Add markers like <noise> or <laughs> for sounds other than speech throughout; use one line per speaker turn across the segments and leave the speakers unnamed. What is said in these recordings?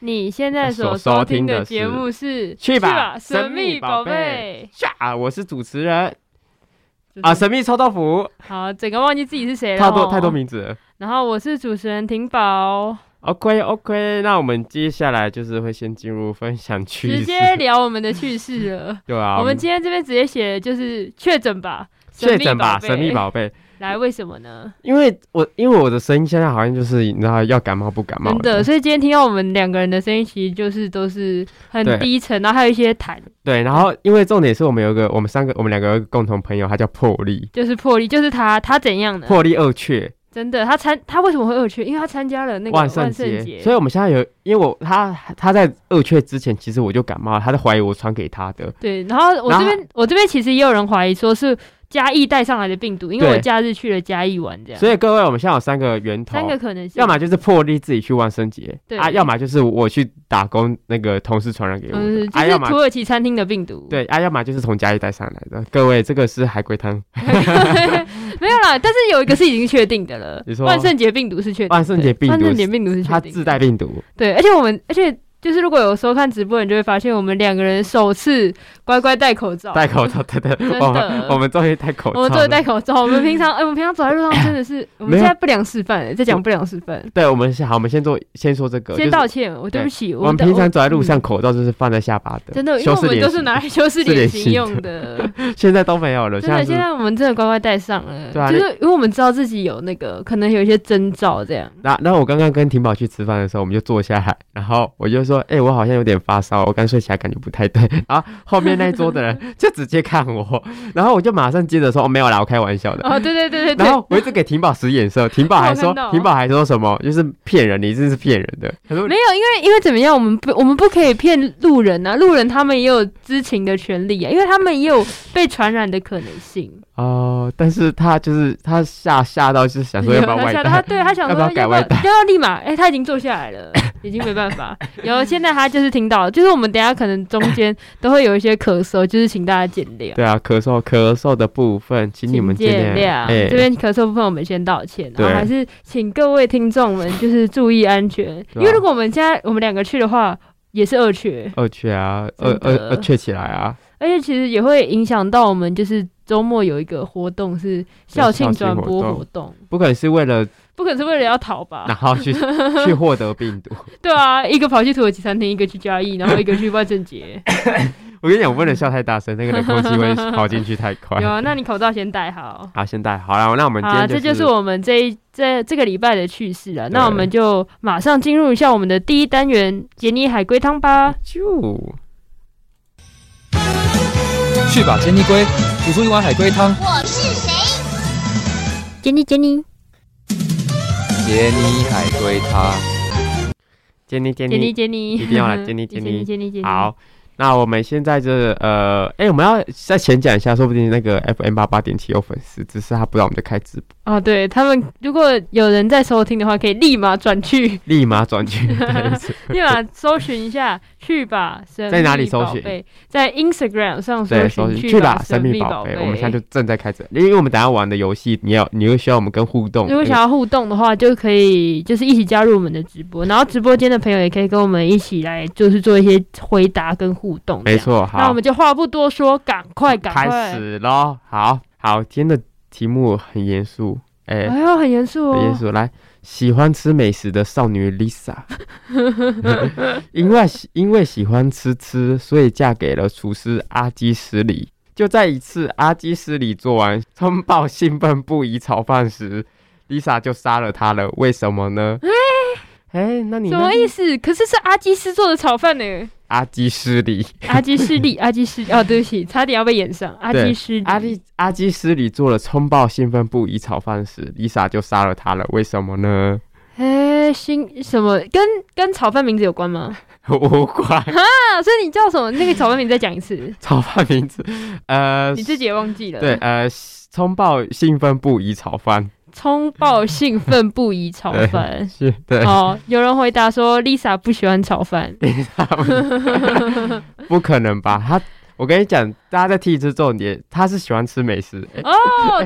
你现在所收听的节目是《
去吧
吧
神
神
秘
秘
宝
宝
贝
贝》
啊，我是主持人
就是
啊，神秘臭豆腐，
好，整个忘记自己是谁了，哦
太多太多。名字了。
然后我是主持人婷宝，
OK OK，那我们接下来就是会先进入分享趣
直
事，
接聊我们的趣事 <laughs> 了。
对啊，
我们今天这边直接写的就是确诊吧，
确诊吧，
神
神秘
宝
宝贝。
贝。来，为什么呢？
因为我因为我的声音现在好像就是你知道要感冒不感冒
真的，所以今天听到我们两个人的声音，其实就是都是很
对
低沉，然后还有一些痰，
对，然后因为重点是我们有一个我们三个我们两个有一个共同朋友，他叫破例，
就是魄力，就是他，他怎样呢？
破例二雀
真的，他参他为什么会恶趣？因为他参加了那个万
圣
圣
节，
节，
所以我们现在有因为我他他在二雀之前其实我就感冒了，他在怀疑我传给他的，
对，然后我
然
这
后
边我这边其实也有人怀疑说是嘉义带上来的病毒，因为
对
我假日去了嘉义玩，这样
所以各位我们现在有三个源头，
啊三个可能性，
要么就是破例自己去万圣节
对
啊，要么就是我去打工那个同事传染给我的，
嗯，就
啊，
是
要
土
么
耳其餐厅的病毒，
对啊，要么就是从家里带上来的。各位，这个是海龟汤，
<laughs> 没有啦，但是有一个是已经确定的了
你说，
万圣节病毒是确定的，
万圣节病毒
万圣节病毒是确定的
它自带病毒。
对，而且我们而且。就是如果有收看直播，你就会发现我们两个人首次乖乖戴口罩，
戴口罩，对对，
哦真的
我们我们终于戴口罩
我
了，
们终于戴口罩。我们
<laughs>
平常，哎、我们平常走在路上真的是，我
没
们
有
现在不良示范、欸在讲不良示范，
对，我们先好，我们先做先说这个，
先
就是
道歉，我对不起。
我们
的
平常走在路上，
嗯
口罩就是放在下巴的，
真的，因为
修
我
饰
们
脸
都是拿来修
<laughs>
饰
是
脸
脸
型
型
用
<laughs>
的。
现在都没有了，
真的，
在
现
是。
在我们真的乖乖戴上了，
对啊
就是因为我们知道自己有那个可能有一些征兆这样。
那那我刚刚跟婷宝去吃饭的时候，我们就坐下来，然后我就说，哎、我好像有点发烧，我刚睡起来感觉不太对。 <laughs> 然后后面那一桌的人就直接看我， <laughs> 然后我就马上接着说，哦，没有啦，我开玩笑
<laughs>
的。
哦，对对对对
<laughs> 然
对，
后我一直给婷宝使眼色，婷宝还
我
说
看到，
婷宝还说什么，就是骗人，你这是骗人的。他说
没有，因为因为怎么样，我们不我们不可以骗路人啊，路人他们也有知情的权利啊，因为他们也有被传染的可能性。
哦，但是他就是他吓吓到，就是 <laughs> 想说要
有
不要
他
外
吓到他
带，
对他想
要
说
不要改外带
要不要立马，哎、他已经坐下来了，已经没办法。然后现在他就是听到了，就是我们等一下可能中间都会有一些咳嗽，就是请大家见谅。
<laughs> 对啊，咳嗽咳嗽的部分，请你们
见谅，
哎，
这边咳嗽部分我们先道歉，然
对
后还是请各位听众们就是注意安全，因
对啊
为如果我们现在我们两个去的话，也是二缺，
二缺啊，二
真的
二二缺起来啊，
而且其实也会影响到我们就是周末有一个活动是校庆转播
校庆活动
活动，
不可能是为了
不可能是为了要逃吧
<laughs> 然？后去去获得病毒。 <laughs>
对啊，一个跑去土耳其餐厅，一个去嘉义，然后一个去万圣
<laughs>
节。
哎我跟你讲，我不能笑太大声，那个冷空气会跑进去太快
有。啊，那你口罩先戴好。
好，现在好了，那我们今
好啊，
天
这就
就
是我们这一这这个礼拜的趣事了。那
对
我们就马上进入一下我们的第一单元——杰尼海龟汤吧。
就
去吧，杰尼龟，煮出一碗海龟汤。
我是谁？
杰尼杰尼
杰尼海龟汤，
建立建
杰尼
立
杰尼，
一定要来杰尼
杰
杰
尼
尼
杰尼杰尼。
好。那我们现在就是呃，哎、我们要再前讲一下，说不定那个 FM 八八点七有粉丝，只是他不知道我们在开直播，
哦，对他们，如果有人在收听的话，可以立马转
<laughs>
去，
立马转
<laughs>
去对是
立马搜寻一下，去吧，神秘
在哪里搜
宝
寻
贝？在 Instagram 上
对，
搜
收
寻
寻去吧，
神
神秘
宝
宝贝。我们现在就正在开始，因为我们等一下玩的游戏，你要你会需要我们跟互动。
如果想要互动的话，就可以就是一起加入我们的直播，然后直播间的朋友也可以跟我们一起来，就是做一些回答跟互动。
没，错，好，
那我们就话不多说，赶快赶
开
快！
始喽。好好，今天的题目很严肃，哎、
哎呦，很严肃
很严
哦。
肃。来，喜欢吃美食的少女 Lisa，因为喜因为喜欢吃吃，所以嫁给了厨师阿基斯里。就在一次阿基斯里做完葱爆兴奋不已炒饭时，Lisa 就杀了他了。为什么呢？哎、那你
什
呢
么意思？可是是阿基斯做的炒饭呢？
阿基斯里，
<laughs> 阿基斯利，阿基斯哦，对不起，差点要被演上。阿基斯利，
阿基阿基斯里做了葱爆兴奋不已炒饭时，Lisa 就杀了他了。为什么呢？ <laughs>
哎，新什么跟跟炒饭名字有关吗？
无关，
啊，
<laughs>
所以你叫什么？那个炒饭名字再讲一次，
炒饭名字，呃，
你自己也忘记了。
对，，呃，葱爆兴奋不已炒饭
葱爆兴奋不已炒饭。
是对，
<laughs>
<laughs>
哦，有人回答说 Lisa 不喜欢炒饭， <laughs>
不可能吧？他我跟你讲，大家再听一次重点，他是喜欢吃美食，诶
哦，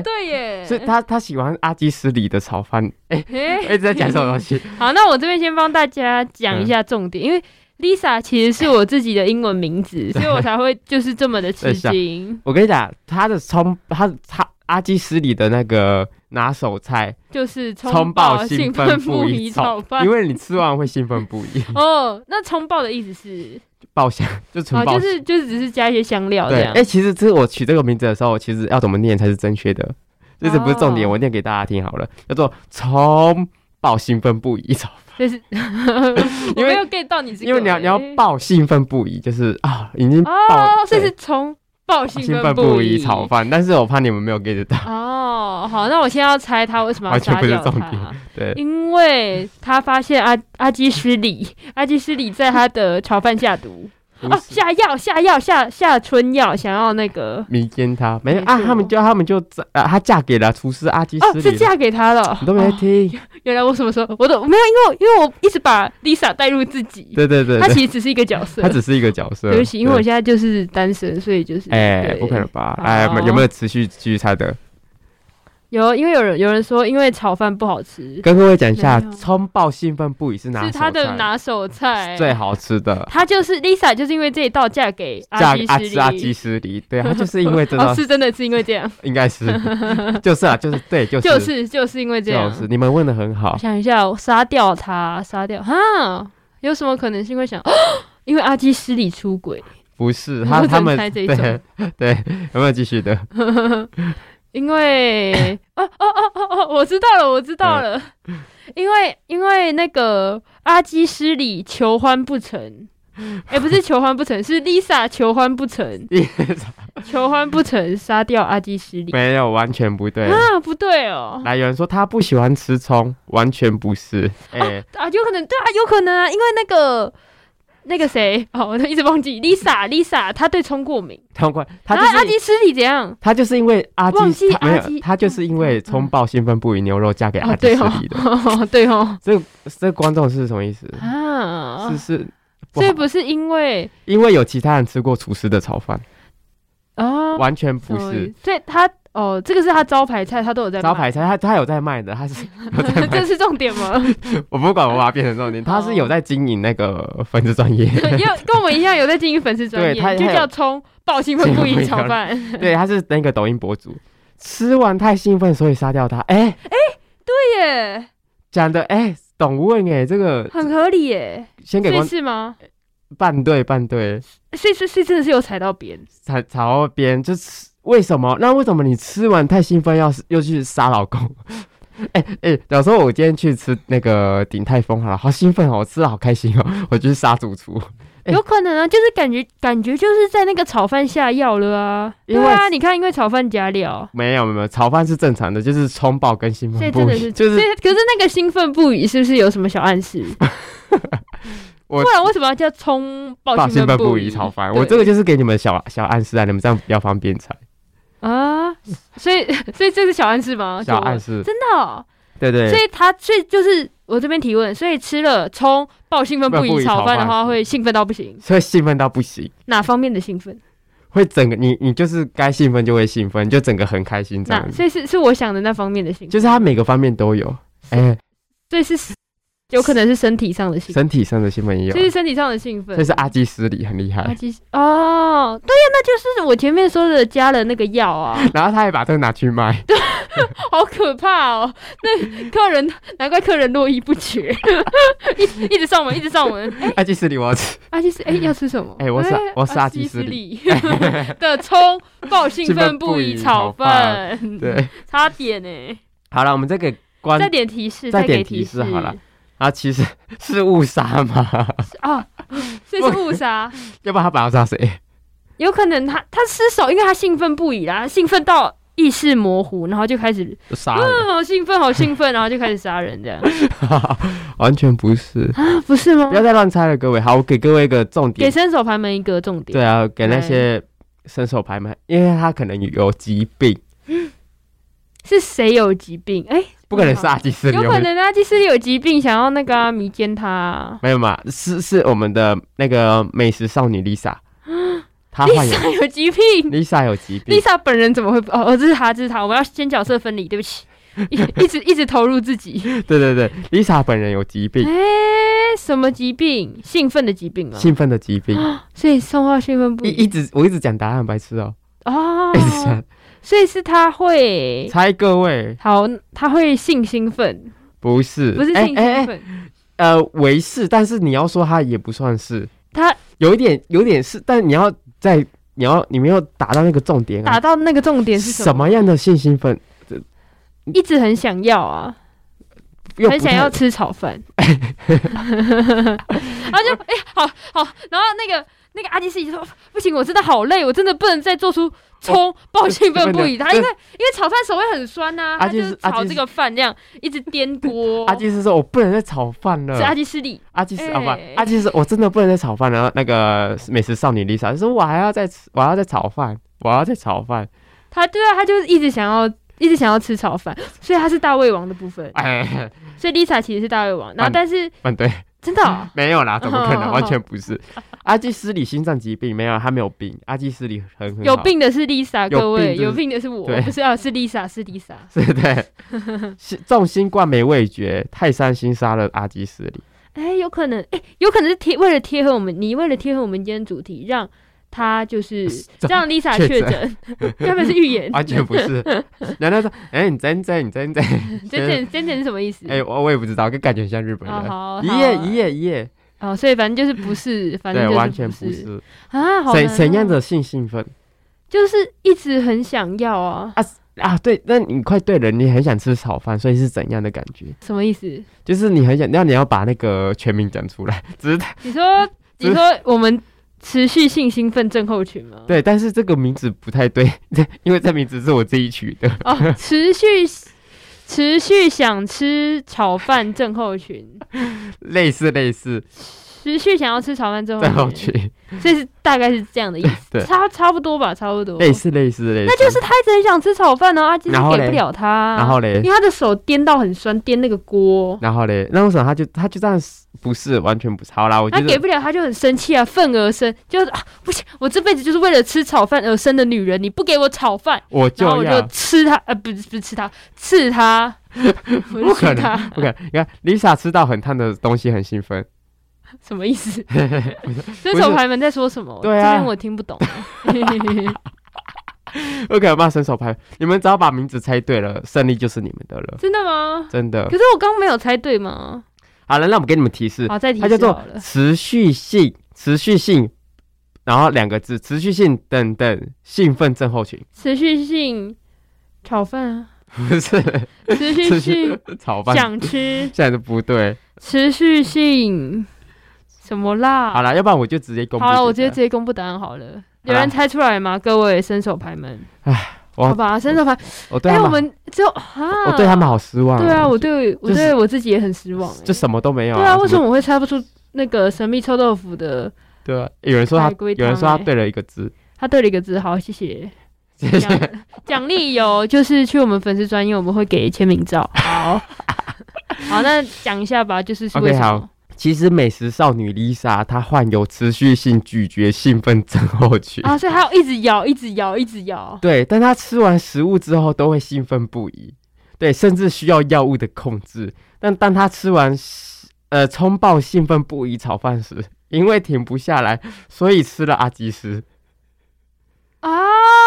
对耶，
是他他喜欢阿基斯里的炒饭。哎、
诶
一直在讲什么东
<laughs>
西？
好，那我这边先帮大家讲一下重
嗯
点，因为 Lisa 其实是我自己的英文名字，所以我才会就是这么的吃
<laughs>
惊，
我跟你讲，他的葱，他他阿基斯里的那个拿手菜，
就是葱
葱爆
兴
兴奋
不
不
已
已
炒
炒
饭
因。为你吃完会兴奋不已，
哦，那葱爆的意思是，
爆香就
哦，
纯爆
就
香。
是就是只是加一些香料这
对，
样
哎、。其实这是我取这个名字的时候，其实要怎么念才是正确的，这是不是重点？
哦
我念给大家听好了，叫做葱爆兴奋不已炒饭，
就是 <laughs> 我
因为
没有 get 到你这个欸，
因为你要你要爆兴奋不已，就是啊已经爆
哦，所以是从爆
对
兴
兴
奋
奋不
已
已炒饭，但是我怕你们没有 get 到，
哦，好，那我现在要猜他为什么要
完全
杀
不是
掉
重
他
点，对。
因为他发现阿阿基斯里，阿基斯里在他的炒饭下毒，
<laughs> 不
哦，
是
下药下药下下春药，想要那个
迷奸他没有
没
啊？
错
他们就他们就在啊，他嫁给了厨师阿基斯
哦，
里
是
了，
嫁给他了。
你都没
哦
在听？
原来我什么时候我都没有，因为我因为我一直把 Lisa 带入自己，
对对对，
她
对
其实只是一个角色
他。只是一个角色，
对不起，因为我
对
现在就是单身，所以就是
哎
对，
不可能吧？哎，
好
有没有持续继续猜的？
有，因为有人有人说，因为炒饭不好吃，
跟各位讲一下
没有，
葱爆兴奋不已是拿
是
手
他的
菜啊
拿哎手菜。
最好吃的，
他就是 Lisa，就是因为这一道嫁给
嫁
阿基
阿
斯
基阿基
里。
斯里，对，他就是因为这
<laughs> 哦，
道
是真的是因为这样，
应该
<laughs>
是就是啊，就是对，就是
就
就是
是就是因为这样。
你们问的很好
我，想一下，我杀掉他，杀掉哈，有什么可能性会想？ <gasps> 因为阿基斯里出轨，
不是
我
他
只能
他们
猜这一
对对， <laughs> 有没有继续的？ <laughs>
因为哦哦哦哦哦，我知道了，我知道了，
嗯
因为因为那个阿基斯里求欢不
<laughs>
成，哎、不是求欢不成，是 Lisa 求欢不成，求欢不成，杀掉阿基斯里
没有，完全不
<laughs>
对。
啊，不对哦，
来，有人说他不喜欢吃葱，完全不是。哎、
啊，有可能，对啊，有可能啊，因为那个那个谁，哦，我都一直忘记 Lisa Lisa，她对葱过敏，
他快，他
然
就
后阿
是
基斯里怎样？
他就是因为阿
忘记
基，他没
阿基嗯
有，他就是因为葱爆兴奋不已牛肉嫁给
哦
阿，
对
基斯里的。
哦，对哦，
这这观众是什么意思？
啊
是，是不
所
好
以，不是因为
因为有其他人吃过厨师的炒饭，
哦，
完全不
什么意
是
思，所以他哦，这个是他招牌菜，他都有在卖
招，牌菜，他他有在卖的，他
<laughs>
是有在卖
这是重点
<laughs>
吗？
我不管我把它变成重点，他是有在经营那个粉丝专业，
哦 <laughs> 要跟我们一样有在经营粉丝专
对他
业，就
他有
叫葱爆兴奋不已炒
<laughs>
饭，
对，他是那个抖音博主，吃完太兴奋，所以杀掉他。哎、
对耶，
讲的哎、懂问哎、这个
很合理耶，
先给
所以
观
是吗？
半对半对，
所以所以所以真的是有踩到边，
朝朝边就吃。为什么？那为什么你吃完太兴奋要又去杀老公？ <laughs> 哎、哎、有时候我今天去吃那个鼎泰丰好了，好兴奋哦，我吃的好开心哦， <laughs> 我去杀主厨。哎
有可能啊，就是感觉感觉就是在那个炒饭下药了啊，对
因为
啊，你看因为炒饭加料。
没有没有没有，炒饭是正常的，就是葱爆跟兴
所以
奋
真
嗯不
的
已，
是，
就是
所以可是那个兴奋不已，是不是有什么小暗 <laughs> 示？
<laughs> 我
不然为什么要叫葱爆
报兴
兴
奋
奋
不
已
已炒饭，
对
我这个就是给你们小小暗示啊，你们这样比较方便猜。
啊？ <laughs> 所以所以这是小暗示吗？
小暗
示，
示，
哦真的哦、
对对
所以他所以就是我这边提问，所以吃了葱爆兴奋不
不
已
已
炒饭的
炒饭
话，会兴奋到不行。
所以兴奋到不行，
哪方面的兴奋？
会整个你你就是该兴奋就会兴奋，就整个很开心这
那
样子，
所以是是我想的那方面的兴奋，
就是它每个方面都有，哎，
所以是有可能是身体上的兴奋，
身体上的兴奋也有
所，以是身体上的兴奋。
这是阿基斯里很厉
阿
害，
基斯哦，对呀、那就是我前面说的加了那个药啊， <laughs>
然后他还把这个拿去卖，
好可怕哦！那客人难怪客人络绎不绝， <laughs> 一直一直上门，一直上门。
阿基斯里我要吃，
阿基斯，
<laughs>
哎、要吃什么？
哎我是我是阿基斯
里
<laughs>
<laughs> 的葱爆兴奋不已炒
<laughs>
饭，
对，
差点呢、
好了，我们再给观
再，点提示，
再
再给
点
提
提示好了啊，其实是误杀嘛， <laughs>
啊，所以是误杀，
要不然他把他杀谁？
有可能他他失手，因为他兴奋不已啦，兴奋到意识模糊，然后就开始
杀人，
嗯，好兴奋，好兴奋，然后就开始杀人这样
<laughs> 完全不是，
啊，不是吗
不？要再乱猜了，各位。好，我给各位一个重点
给，伸手牌门一个重点。哎
对啊，给那
对
些伸手牌嘛，因为他可能有疾病，
是谁有疾病？哎、
不可能是阿基斯里
有可能阿基斯里有疾病，想要那个啊、迷奸他啊、 <laughs> <gasps>
没有嘛？是是我们的那个美食少女 Lisa，他患有
Lisa 有疾病
Lisa 有疾病，
，Lisa 本人怎么会不哦？哦，这是他，这是他，我们要先角色分离，对不起， <laughs> 一一直一直投入自
<laughs>
己。
对对对，Lisa 本人有疾病，
哎、什么疾病？兴奋的疾病啊！
兴奋的疾病，
所以送话兴奋不
一
已
一直我一直讲答案，白痴哦、
哦
<laughs> 一直讲，
所以是他会
猜各位
好，他会性兴奋，
不是，
不是
哎
性兴
哎哎
奋，
呃，为是，但是你要说他也不算是，
他
有一点有点是，但你要在你要你没有达到那个重点啊
打，到那个重点是
什
什么？
么样的性兴奋？
一直很想要啊，
又
很
不
想
太
要吃炒饭，然后就哎、好好，然后那个那个阿基斯就说不行，我真的好累，我真的不能再做出冲爆兴奋不已。他因为因为炒饭手会很酸呐、
阿
他
基
就
斯
是
阿基
炒
斯。
这个饭这样一直颠锅
阿基斯说：“我不能再炒饭了。
是阿基斯利，
阿基斯”啊
哎
不，阿基斯，我真的不能再炒饭了。然后那个美食少女 Lisa 就说：“我还要再吃，我还要再炒饭，我还要再炒饭。
他对啊，他就是一直想要一直想要吃炒饭，所以他是大胃王的部分”。
哎，
所以 Lisa 其实是大胃王，然后
嗯
但是
嗯，对，
真的哦、
没有啦，怎么
<laughs>
可能？
哦
完全不是。阿基斯里心脏疾病没有，他没有病。阿基斯里很很
有
好，
病的是 Lisa，
有
各
病
位
就是
有病的是我，
对
不是啊，是 Lisa，是 Lisa。
是对。是重新冠没味觉，泰山新杀了阿基斯里。
哎、有可能，哎、有可能是贴为了贴合我们，你为了贴合我们今天主题，让他
<laughs>
就是让 Lisa
确
确
诊啊
诊， <laughs> 根本是预言。
完全不
<laughs>
是。然后他说：“哎，你真真，你真真。
真真真真是什么意思？
哎，我我也不知道，跟感觉像日本
哦，
人。
好，
一
好
夜
啊
一夜一夜，
哦，所以反正就是不
<laughs>
是，反正
对，
就是
完全
不
不是。
啊，好
怎
难
怎
哦
样的性兴奋
就是一直很想要啊，
啊？对，那你快对了，你很想吃炒饭，所以是怎样的感觉？
什么意思？
就是你很想，那你要把那个全名讲出来，只是
你说
<laughs>
你
只是
说我们持续性兴奋症候群吗？
对，但是这个名字不太对， <laughs> 对因为这名字是我自己取的。 <laughs>
哦，持续持续想吃炒饭症候群，
类似类似，
持续想要吃炒饭症
<laughs> 对，
候
我
群，
取
所以是大概是这样的意思，
<laughs> 对哎
差差不多吧，差不多。
类似类似类
哦
似，
那就是他一直很想吃炒饭呢、啊，就是
然后嘞
给不了他，啊
然后嘞
因为，他的手颠到很酸，颠那个锅，
然后嘞，那为什么他就他就这样不是完全不是好啦？我
他
觉
给
得
不了他就很生气啊，愤而生，就是啊不行，我这辈子就是为了吃炒饭而生的女人，你不给我炒饭，
我就
然后我就
要
吃他，呃，不是不是吃他，刺他，我就
<laughs> 不可
吃
能
他，
不可能！你看 Lisa 吃到很烫的东西很兴奋，
什么意
<laughs>
思？所以手牌们在说什么？
对啊
这边我听不懂。啊
不可能骂伸手牌，你们只要把名字猜对了，胜利就是你们的了，
<laughs> 真的吗？
真的
可。是我刚没有猜对吗？
好了，那我们给你们提示，
好，再提
它叫
示
做
好了。
持续性，持续性，然后两个字，持续性等等兴奋症候群，
持续性炒饭
<laughs>
啊，
不是
持续性
持续炒饭，
想吃，
现在都不对。
<laughs> 持续性什么啦？
好了，要不然我就直接公布。
好了，我直接直，接公布答案好了。有人猜出来吗？各位伸手牌们，
我
好吧，伸手牌。
我对
哎，
他
我
们，
们只有啊，
我对他们好失望哦。
对啊，我对我
就是
对我自己也很失望。哎
就什么都没有。
对啊，为什
么？
么我会猜不出那个神秘臭豆腐的？
对啊，有人说他
海，龟
有人
汤
说他
欸
对了一个字，
他对了一个字，好，谢谢。
谢谢
奖奖励有，就是去我们粉丝专业，我们会给签名照。好， <laughs> 好，那讲一下吧，就是是
OK，
为什么
好其实美食少女 Lisa 她患有持续性咀嚼兴奋症候群。
啊？所以他要一直摇，一直摇，一直摇。
对，但他吃完食物之后都会兴奋不已，对，甚至需要药物的控制。但当他吃完呃冲爆兴奋不已炒饭时，因为停不下来，所以吃了阿基斯。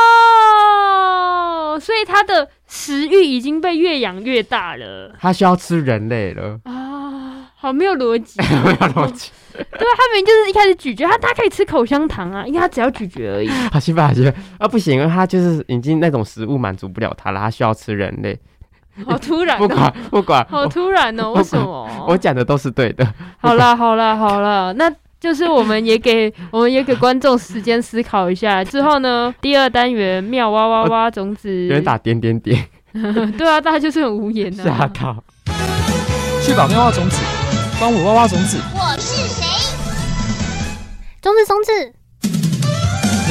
哦，所以他的食欲已经被越养越大了，
他需要吃人类了
<laughs> 啊！好没有逻
<laughs>
辑，
没有逻辑。
对他明明就是一开始咀嚼，他他可以吃口香糖啊，因为他只要咀嚼
<laughs>
而已。
好兴奋，好兴奋啊！不行，因为他就是已经那种食物满足不了他了，他需要吃人
<laughs>
类。
好突然、
不
哦，
管
<laughs>
不管，
好
我
突然哦，为什么？
我讲的都是对的。
<laughs> 好啦，好啦，好啦，那就是我们也给我们也给观众时间思考一
<laughs>
下。之后呢，第二单元妙哇哇哇种子
呃有，人打点点点，
<laughs>
<laughs>
对啊，大家就是很无言
吓
啊。
到。
去把妙蛙种子，帮我挖挖种子，
我是谁？种子，种子。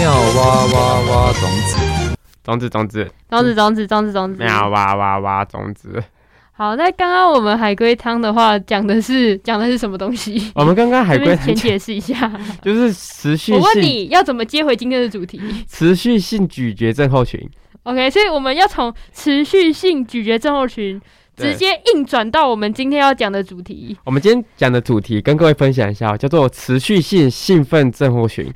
妙蛙挖挖种子。
种子种子，
种子，种子，种子，种子。嗯
喵哇哇哇，种子。
好，那刚刚我们海龟汤的话，讲的是讲的是什么东西？
我们刚刚海
是
龟
不是
汤
先解释一
<laughs>
下。
就是持续
我问
性
你要怎么接回今天的主题
<laughs> 持续性咀嚼症候群，
？OK，所以我们要从持续性咀嚼症候群
对
直接硬转到我们今天要讲的主题。
我们今天讲的主题跟各位分享一下哦，叫做持续性兴奋症
<laughs>
候群。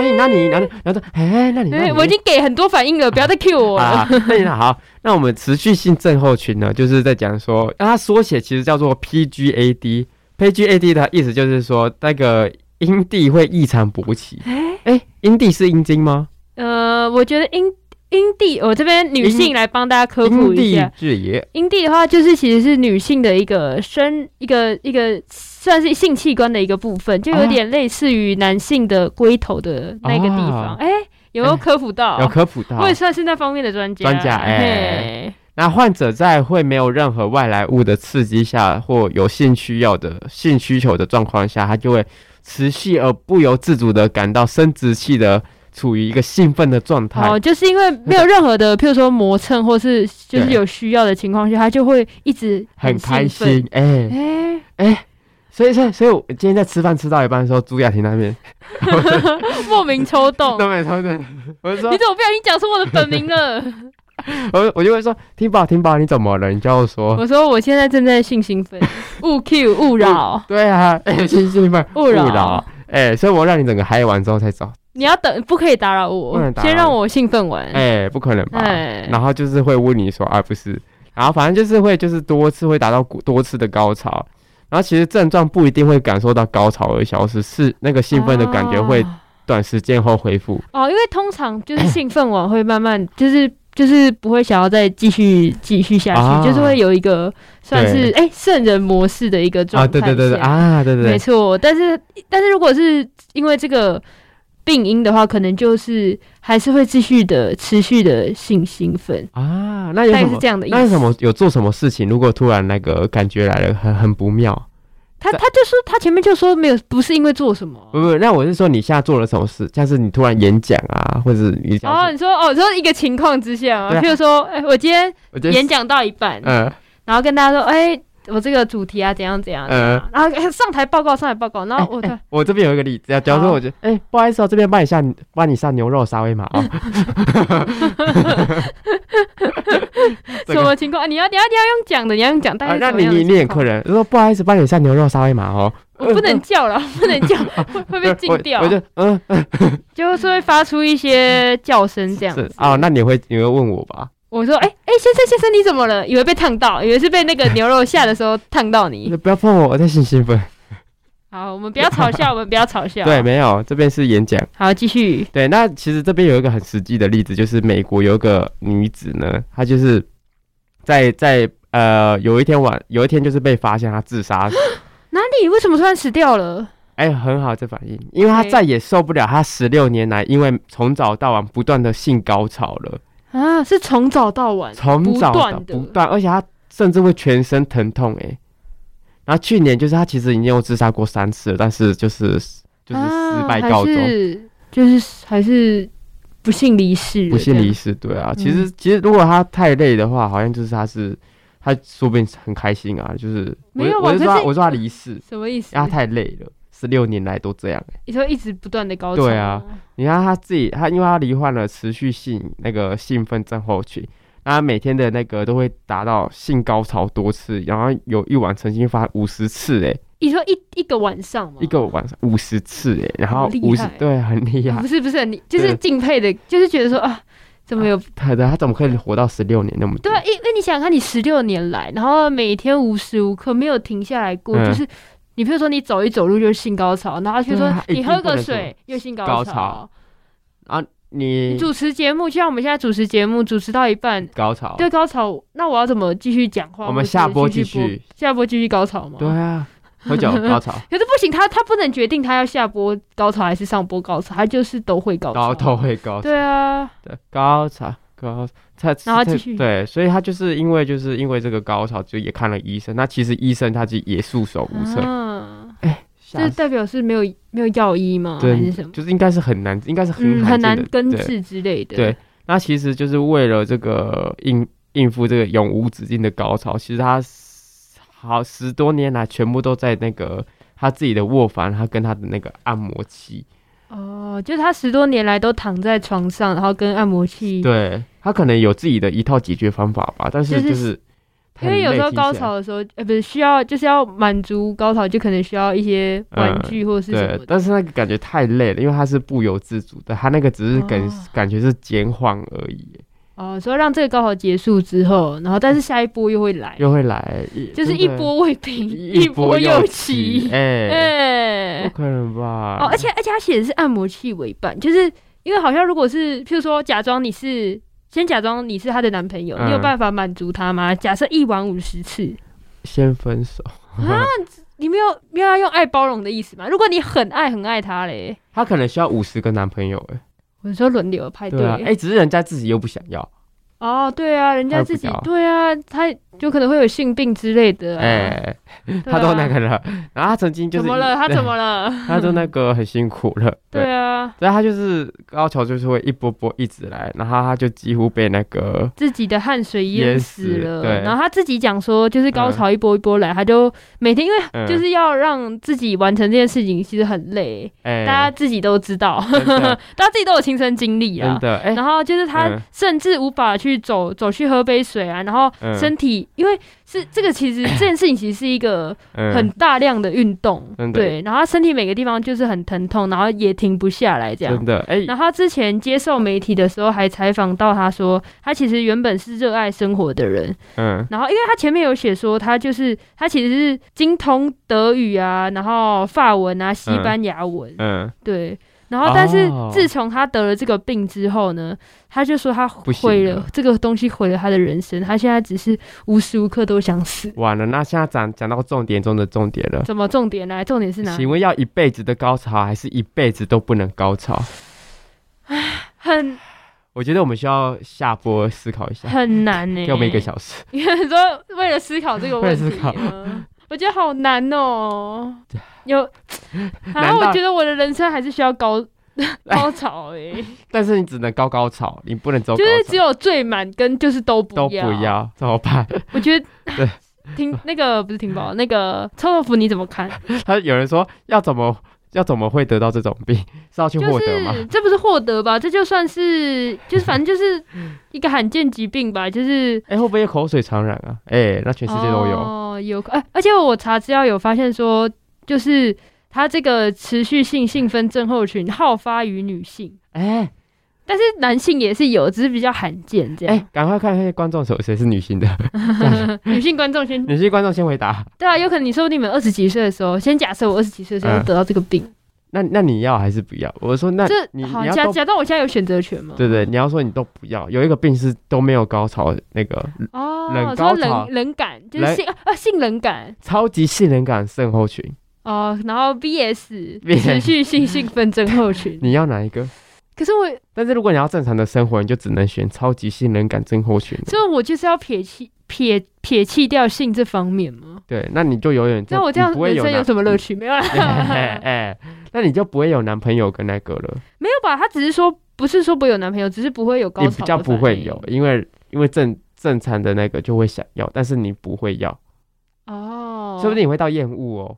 哎、那你，那你，然后说，哎、那你，那你
哎，我已经给很多反应了，不要再 cue 我了。
啊，那你好，那我们持续性症候群呢，就是在讲说，啊那它缩写其实叫做 PGAD。PGAD 的意思就是说，那个阴蒂会异常勃起。哎、阴蒂是阴茎吗？
呃，我觉得阴阴蒂，我这边女
阴
性来帮大家科普
阴
一
蒂
下。
是也
阴蒂的话，就是其实是女性的一个生一个一个算是性器官的一个部分，就有点类似于男性的龟头的那个地方
啊。哎
哎、有没有科普到？
有科普到
我。也算是那方面的专家。
专家哎
嘿
那患者在会没有任何外来物的刺激下，或有性需要的性需求的状况下，他就会持续而不由自主的感到生殖器的处于一个兴奋的状态。
哦，就是因为没有任何的，譬如说磨蹭或是就是
对
有需要的情况下，他就会一直
很开
兴奋。
心，哎、
哎、
所以所以所以，我今天在吃饭吃到一半的时候，朱雅婷那边，
莫名抽
<laughs>
动。
那边他们，我就说
你，怎么不小心讲出我的本名了？
我我就会说，听宝听宝，你怎么了？你就说，
我说我现在正在性兴
<laughs>
奋，勿 Q 勿扰，
对啊，哎、兴
<laughs>
兴奋，
勿扰
扰，哎、所以我让你整个嗨完之后才走，
你要等，不可以打扰
不
我
能，打扰
先让我兴奋完。
哎、不可能吧？
嗯哎
然后就是会问你说啊，不是，然后反正就是会就是多次会达到骨多次的高潮，然后其实症状不一定会感受到高潮而消失，是那个兴奋的感觉会
哦
短时间后恢复。
哦，因为通常就是兴奋完会慢
啊
慢就是。就是不会想要再继续继续下去，
啊
就是会有一个算是哎圣、人模式的一个状
啊，
态。
对对对对，啊，对对
没
对，
错。但是但是如果是因为这个病因的话，可能就是还是会继续的持续的性兴奋，
啊，那有
大
什
概是
么
这？样的意思。
那有什么有做什么事情？如果突然那个感觉来了，很很不妙。
他他就说他前面就说没有，不是因为做什么。
不不，那我是说你现在做了什么事？像是你突然演讲啊，或者是你讲
哦，
说，
你说哦，你说一个情况之下啊，
对啊
譬如说，哎、我今天
我觉得
演，讲到一半，
嗯
然后跟大家说，哎、我这个主题啊，怎样怎样，
嗯，哎
然后、哎上台报告，上台报告，然后我的、
我这边有一个例子，假如说
好
我觉得，哎、不好意思哦、这边帮你下，帮你上牛肉沙威玛哦。
<laughs>
哎这
什
个
么情况、啊你要你要你要用讲的，你要用讲，大概
啊，
是
那
什么
你
样的
你你也
情况、
客人，说不好意思，帮你下牛肉沙威玛哦。
我不能
<laughs>
叫了，我不能叫，会会被禁掉
我，我就嗯
就是会发出一些叫声这样
是
子。
啊、那你会你会问我吧？
我说，哎、哎、先生先生，你怎么了？以为被烫到，以为是被那个牛肉下的时候烫到你
<laughs> 你。不要碰我，我在性兴奋。
好，我们不要嘲笑，我们不要嘲笑。
对，没有，这边是演讲。
好，继续。
对，那其实这边有一个很实际的例子，就是美国有一个女子呢，她就是在在呃有一天晚有一天就是被发现她自杀，
哪里？为什么突然死掉了？
哎、很好这反应，因为她
OK
再也受不了她十六年来因为从早到晚不断的性高潮了，
啊，是从早到晚，
从早
不
到
断的
不断，而且她甚至会全身疼痛哎、然后去年就是她其实已经有自杀过三次了，但是就是就是失败告终。
啊、还是就是还是不幸离世了，
不幸离
世。
世，对啊，其实其实如果他太累的话，好像就是他是他说不定很开心啊，就是我
没有啊
我是说
可
他
是
我说他离世，
什么意思？
因为他太累了，十六年来都这样、欸。
你说一直不断的高潮，
对啊，你看他自己，他因为他罹患了持续性那个兴奋症候群，那他每天的那个都会达到性高潮多次，然后有一晚曾经发五十次、欸，
你说一一个晚上哦吗？
一个晚上五十次、欸，然后
好厉
五十
害
对，很厉
啊
害
不。是不是，你就是
对
敬佩的，就是觉得说啊。怎么有？
他的他怎么可以活到十六年那么久？
对啊，因因为你想想看，你十六年来，然后每天无时无刻没有停下来过，
嗯
就是你比如说你走一走路就性高潮，然后比如说
对啊一
你
定
喝
不
个
能
水又性
高
高
潮你
主持节目，就像我们现在主持节目，主持到一半，
高潮
对高潮，那我要怎么继续讲话？
我们下播
或者是
继续
播，下播继续高潮吗？
对。啊，喝酒高潮，
可是不行，他他不能决定他要下播高潮还是上播高潮，他就是都会高潮。
高哦都会高潮，
对啊，
对高潮高他
然后
他
继续
对，所以他就是因为就是因为这个高潮，就也看了医生。那其实医生他就也束手无策，
嗯，
吓
这
死
代表是没有没有药医吗？还
对
是什，么？
就是应该是很难，应该是很
嗯，很
罕见
难
的
根。
对
治之类的。
对，那其实就是为了这个应应付这个永无止境的高潮，其实他好十多年来全部都在那个他自己的卧房，他跟他的那个按摩器，
哦，就是他十多年来都躺在床上，然后跟按摩器，
对他可能有自己的一套解决方法吧，但是
就是
就是
因为有时候高潮的时候，呃，不是需要，就是要满足高潮，就可能需要一些玩具或是什
嗯对
么，的。
但是那个感觉太累了，因为他是不由自主的，他那个只是感、
哦
感觉是减缓而已，
哦，所以让这个高潮结束之后，然后但是下一波又会来，
又会来，一
就是
真
一
的
波未平，
一
波
又
<laughs> 起。
哎、
哎、
不可能吧？
哦，而且而且他写的是按摩器为伴，就是因为好像如果是，譬如说假装你是。先假装你是她的男朋友，你有
嗯
办法满足她吗？假设一晚五十
<laughs>
次，
先分手。 <laughs>
啊，你没有没有要用爱包容的意思吗？如果你很爱很爱他嘞，
她可能需要五十个男朋友哎、
我说轮流派对，
对啊，哎、只是人家自己又不想要，
哦，对啊，人家
他不
自己
要
对啊，他就可能会有性病之类的、啊，
哎、
对啊，
她都那个了，然后她曾经就是
怎么了？他怎
<laughs>
么了？
她都那个很辛苦了，
对啊，
所以她就是高潮就是会一波波一直来，然后她就几乎被那个
自己的汗水
淹
淹
死
死了，
对
然后他自己讲说，就是高潮一波一波来，他就每天因
嗯
为就是要让自己完成这件事情，其实很累，
哎、
大家自己都知道，
真的
<laughs> 大家自己都有亲身经历啊
真。的哎、
然后就是他
嗯
甚至无法去走走去喝杯水啊，然后
嗯
身体、因为是这个其实这件事情其实是一个
嗯
很大量的运动，
真的
对，然后他身体每个地方就是很疼痛，然后也停不下来这样
真。的哎、
然后他之前接受媒体的时候还采访到他说，他其实原本是热爱生活的人，
嗯
然后因为他前面有写说他就是他其实是精通德语啊，然后法文啊、西班牙文，
嗯，
对。然后，但是
哦
自从他得了这个病之后呢，他就说他
不行啊
毁
了
了这个东西，毁了他的人生。他现在只是无时无刻都想死。
完了，那现在讲讲到重点中的重点了。
怎么重点来？重点是哪？
请问要一辈子的高潮，还是一辈子都不能高潮？
很
我觉得我们需要下播思考一下，
很难呢、
给我们一个小时。
因为你 <laughs> 说为了思考这个问题，
为了思考
嗯我觉得好难
<laughs>
哦、有，然
难
后
道
我觉得我的人生还是需要高 <laughs> 高潮哎、
但是你只能高高潮，你不能走高
就
潮，
是只有最满跟就是都不
都不要，怎么办？ <laughs>
我觉得
对。
听那个不是听宝，那个臭豆腐你怎么看？
他有人说要怎么要怎么会得到这种病？是要去
就
<laughs> 获得吗？
是这不是获得吧？这就算是就是反正
<laughs>
就是一个罕见疾病吧，就是
哎、会不会口水传染啊？哎、那全世界都有。
哦，有哎、而且我查资料有发现说，就是它这个持续性兴奋症候群好发于女性，
哎
但是男性也是有，只是比较罕见这
哎、
样。
赶、快看看观众手谁是女性的， <laughs>
女性观众先
女性观众先回答。
对啊，有可能你说不定你们二十几岁的时候，先假设我二十几岁的时候
嗯
得到这个病，
那那你要还是不要？我说那你
这好嗯
你要
假
都
假装我现在有选择权吗？
对对，你要说你都不要。有一个病是都没有高潮，那个冷
哦，
高
说
潮
冷冷感就是
冷
性啊性冷感
超级性能感症候群，
哦，然后
<laughs>
VS
VS
持续性兴奋症候群。
<laughs> 你要哪一个？
可是我
但是如果你要正常的生活，你就只能选超级性能感症候群。
所以我就是要撇弃撇撇弃掉性这方面吗？
对，那你就永远
哦那我这样
你不会
人生有
男嗯
什么乐趣？没有啊啦， <laughs>
哎哎，那你就不会有男朋友跟那个了，
没有吧？他只是说不是说不会有男朋友，只是不会有高
你
潮，
比较不会有，因为因为正正常的那个就会想要，但是你不会要，
哦，嗯
说不定你会到厌恶哦。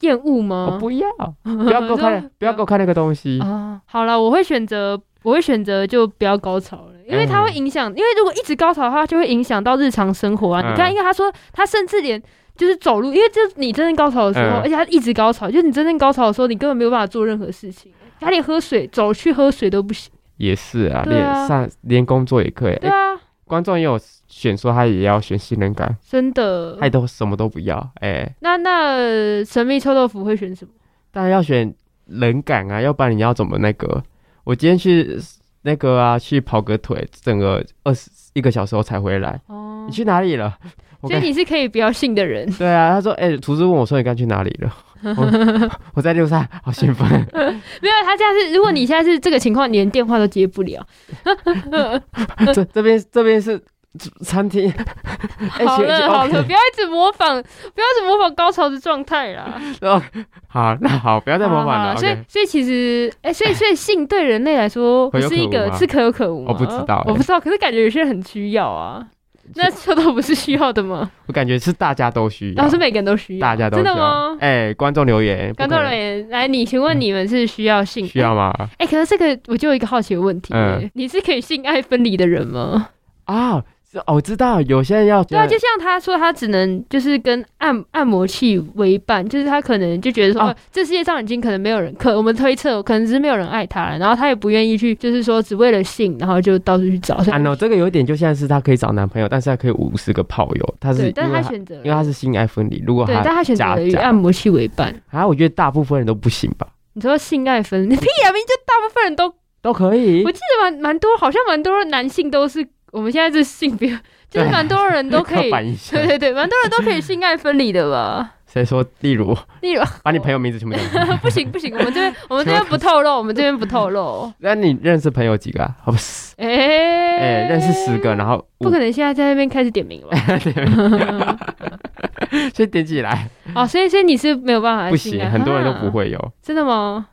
厌恶吗
我？不
<laughs>
要，不要给
说
我看，不要给我看那个东西。
哦，好了，我会选择，我会选择就不要高潮了，因为
嗯
它会影响，因为如果一直高潮的话，就会影响到日常生活啊。
嗯
你看，因为他说他甚至连就是走路，因为就是你真正高潮的时候，
嗯
而且他一直高潮，就是你真正高潮的时候，你根本没有办法做任何事情，他连喝水走去喝水都不行。
也是啊，
对
连
啊
上连工作也可以。
对
哎
啊，
观众也有选说他也要选信任感，
真的
他。也都什么都不要。哎，
那那神秘臭豆腐会选什么？
当然要选人感啊，要不然你要怎么那个？我今天去那个啊，去跑个腿，整个二十一个小时后才回来。
哦
你，去哪里了？我
所以
跟
你是可以不要信的人。
<laughs> 对啊，他说，哎、厨师问我说你刚去哪里
<laughs>
了？我我在六三，好兴奋，
没有，他这样是，如果你现在是这个情况，你连电话都接不了。
这这边这边是餐厅。 <laughs> 哎
好
请
了
请
好
OK
了，不要一直模仿，不要一直模仿高潮的状态啦。
好，那好，不要再模
好
仿
好
了。
好所以
OK，
所以其实，哎、所以所以性对人类来说不
可有
是一
可无
个
吗
是可有可无吗，
我不知道
我
哎
不知道，可是感觉有些人很需要啊。那这都不是需要的吗？
我感觉是大家都需要，
老师每个人都需要，
大家都需
真
要
的吗？
哎、观众留言，
观众人员，来，你请问你们是需要性
不可能嗯需要吗？
哎、可是这个我就有一个好奇的问题、
嗯
你是可以性爱分离的人吗？
啊，是哦，我知道，有些人要
对啊，就像他说，他只能就是跟按按摩器为伴，就是他可能就觉得说，
哦
哦这世界上已经可能没有人，可我们推测可能只是没有人爱他了，然后他也不愿意去，就是说只为了性，然后就到处去找。所以
啊，no，这个有点就像是他可以找男朋友，但是他可以无视个炮友，他是
对，
因
但是
为
他
他
选择了，
因为他是性爱分离，如果
对，
他
但他选择
假
了与
假
按摩器为伴。
啊，我觉得大部分人都不行吧，
你说性爱分 <laughs> 离，屁啊！明明就大部分人都，
都可以
我，记得蛮蛮多，好像蛮多男性都是我们现在这性别，就是蛮多人都可以
<laughs> 刻板印象
对。对对，蛮多人都可以性爱分离的吧？
谁说？例如
例如，
把你朋友名字全部讲
<laughs>
出来，
不行不行，我们
<laughs>
这边我们这边不透露，我们这边不透露。
那你认识朋友几个啊？好不是？
哎、
哎，认识十个，，然后
不
五
可能现在在那边开始点
<laughs>
名了吧。
先点起
<laughs>
来，
哦，所以所以你是没有办法
不
性爱
行，很多人都不、
啊
会有，
真的
<laughs>
吗？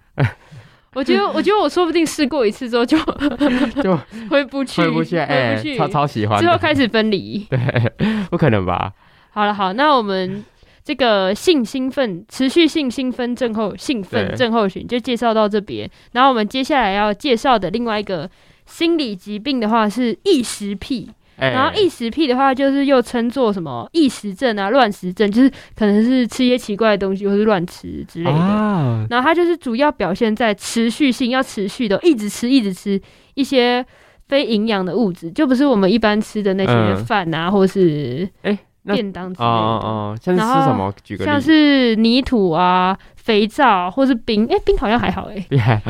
我觉得我觉得我说不定试过一次之后就
<laughs> 就
<laughs> 回不去，
回不去，
回
哎
不，去，
超超喜欢的，
之后开始分离。
<laughs> 不可能吧？
好了好，那我们。这个性兴奋、持续性兴奋症候兴奋
对
症候群就介绍到这边，然后我们接下来要介绍的另外一个心理疾病的话是异食癖，
哎，
然后异食癖的话，就是又称作什么异食症啊、乱食症，就是可能是吃一些奇怪的东西，或是乱吃之类的。
啊，
然后它就是主要表现在持续性，要持续的一直吃，一直吃一些非营养的物质，就不是我们一般吃的那些
嗯
饭啊，或是
哎那
便当之
哦
类的，
哦，哦像是吃
然后
什么？举个
像
例子，
是泥土啊、肥皂或是冰。哎、冰好像还好哎、
厉害，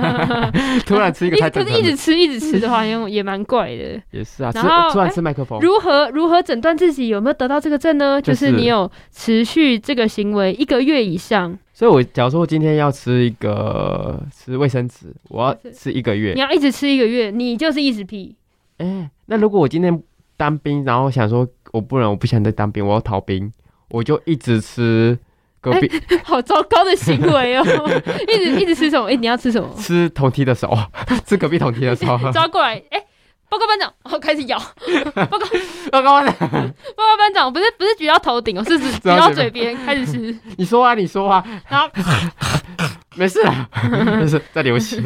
<laughs> 突然吃一个太
一可
正
是
常
一
了
直吃一直吃的话，也也蛮怪的。
也是啊，吃
然后
突然
哎
吃麦克风，
如何如何诊断自己有没有得到这个症呢？就
哦就是
是你有持续这个行为一个月以上，
所以我假如说我今天要吃一个吃卫生纸，我
就
要
是
吃一个月
你，要一直吃一个月，你就是一直屁。 <laughs>
哎、那如果我今天当兵，然后想说我不能，我不想再当兵，我要逃兵，我就一直吃隔壁、
好糟糕的行为哦！ <laughs> 一直一直吃什么？哎、你要吃什么？
<laughs> <laughs> 吃同梯的手，吃隔壁同梯的
<laughs>
手， <laughs>
抓过来，哎、报告班长，哦，开始咬。
刚刚的
报告班长，不是不是举到头顶哦，是指举到嘴边开始吃。
你说啊，你说啊，
然后，
<laughs> 没事啦， <laughs> 没事，在流血，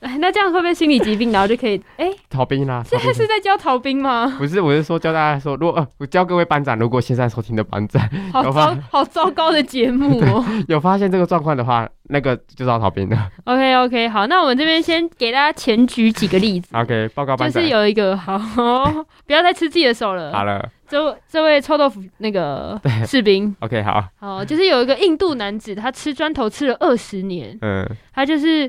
哎，那这样会不会心理疾病？然后就可以，哎、
逃兵啦，
<laughs> 现
逃
在
兵。
是在教逃兵吗？
不是，我是说教大家说，如果、呃、我教各位班长，如果现在收听的班长 <laughs>
好
有
糟
吧
好糟糕的节目哦。
有发现这个状况的话，那个就是要逃兵
<laughs>
的。
OK OK，好，那我们这边先给大家前举几个例子。
OK，报告
就
班长。
是有一个 <laughs> 好，不要再吃自己的手了。
好了
这这位臭豆腐那
<laughs>
个士兵，
，OK，好，
好，就是有一个印度男子，他吃砖头吃了二十年，
嗯，
他就是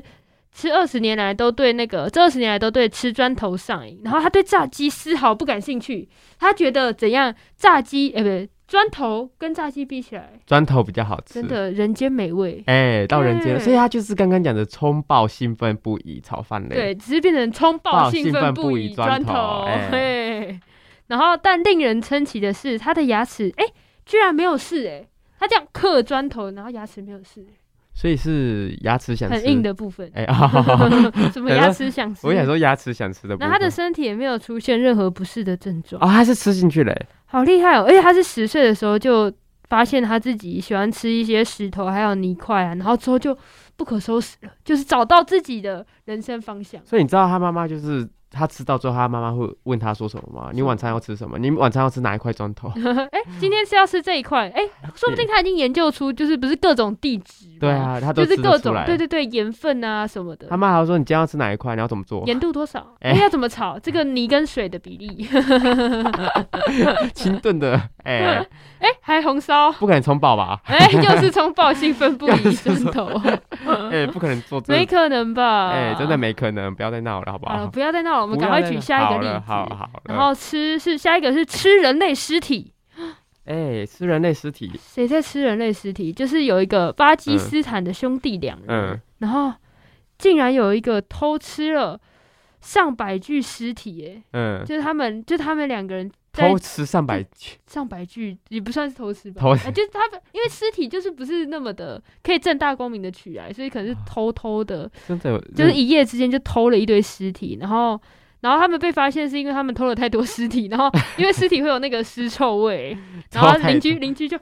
吃二十年来都对那个这二十年来都对吃砖头上瘾，然后他对炸鸡丝毫不感兴趣，他觉得怎样炸鸡，哎、不对，砖头跟炸鸡比起来，
砖头比较好吃，
真的人间美味。
哎、到人间了，
对
所以他就是刚刚讲的冲爆、兴奋不已、炒饭类。
对，只是变成冲爆
爆
兴
兴
奋
奋
不
不
已
已
砖
砖
头，
头哎
嘿。然后，但令人称奇的是，他的牙齿，哎、居然没有事、哎，他这样刻砖头，然后牙齿没有事，
所以是牙齿想吃
很硬。的部分，
哎、 <laughs> 啊
什么牙齿想吃
我。想说牙齿想吃的部
然 <laughs>
分。
后他的身体也没有出现任何不适的症状，
啊、他是吃进去嘞、
好厉害哦！而且他是十岁的时候就发现他自己喜欢吃一些石头还有泥块啊，然后之后就不可收拾了，就是找到自己的人生方向。
所以你知道他妈妈就是他吃到最后，他妈妈会问他说什么吗？你晚餐要吃什么？你晚餐要吃哪一块砖
<laughs>
头？
哎、今天是要吃这一块，哎、说不定他已经研究出就是不是各种地址，
啊对，啊，他都
就是
吃
各
得出
种
来。
对对对盐分啊什么的
他，妈还说你今天要吃哪一块，你要怎么做？
盐度多少，哎、
哎
要怎么炒这个泥跟水的比例，
清炖的， <laughs> 哎、
<laughs> 哎、还红烧，
不可能冲爆吧？ <laughs>
哎、又是冲爆兴奋不已砖头，
哎、不可能做这，
嗯没可能吧？
哎、真的。没可能，不要再闹了，好不
好了，
好？
不要再闹了，我们赶快举下一个例子。
好了，好好了。
然后吃是下一个是吃人类尸体，
哎、吃人类尸体，
谁在吃人类尸体？就是有一个巴基斯坦的兄弟两人，
嗯，
然后竟然有一个偷吃了上百具尸体、耶，
嗯，
就是他们，就他们两个人在
偷吃
<laughs>
上百句，
上百具，也不算是偷吃吧，
偷
啊就是他们因为尸体就是不是那么的可以正大光明的
啊
取来，所以可能是偷偷的，
真的有
就是一夜之间就偷了一堆尸体，然后然后他们被发现是因为他们偷了太多尸体，然 <laughs> 后因为尸体会有那个尸臭
<laughs>
味，然后
偷太
邻居邻居就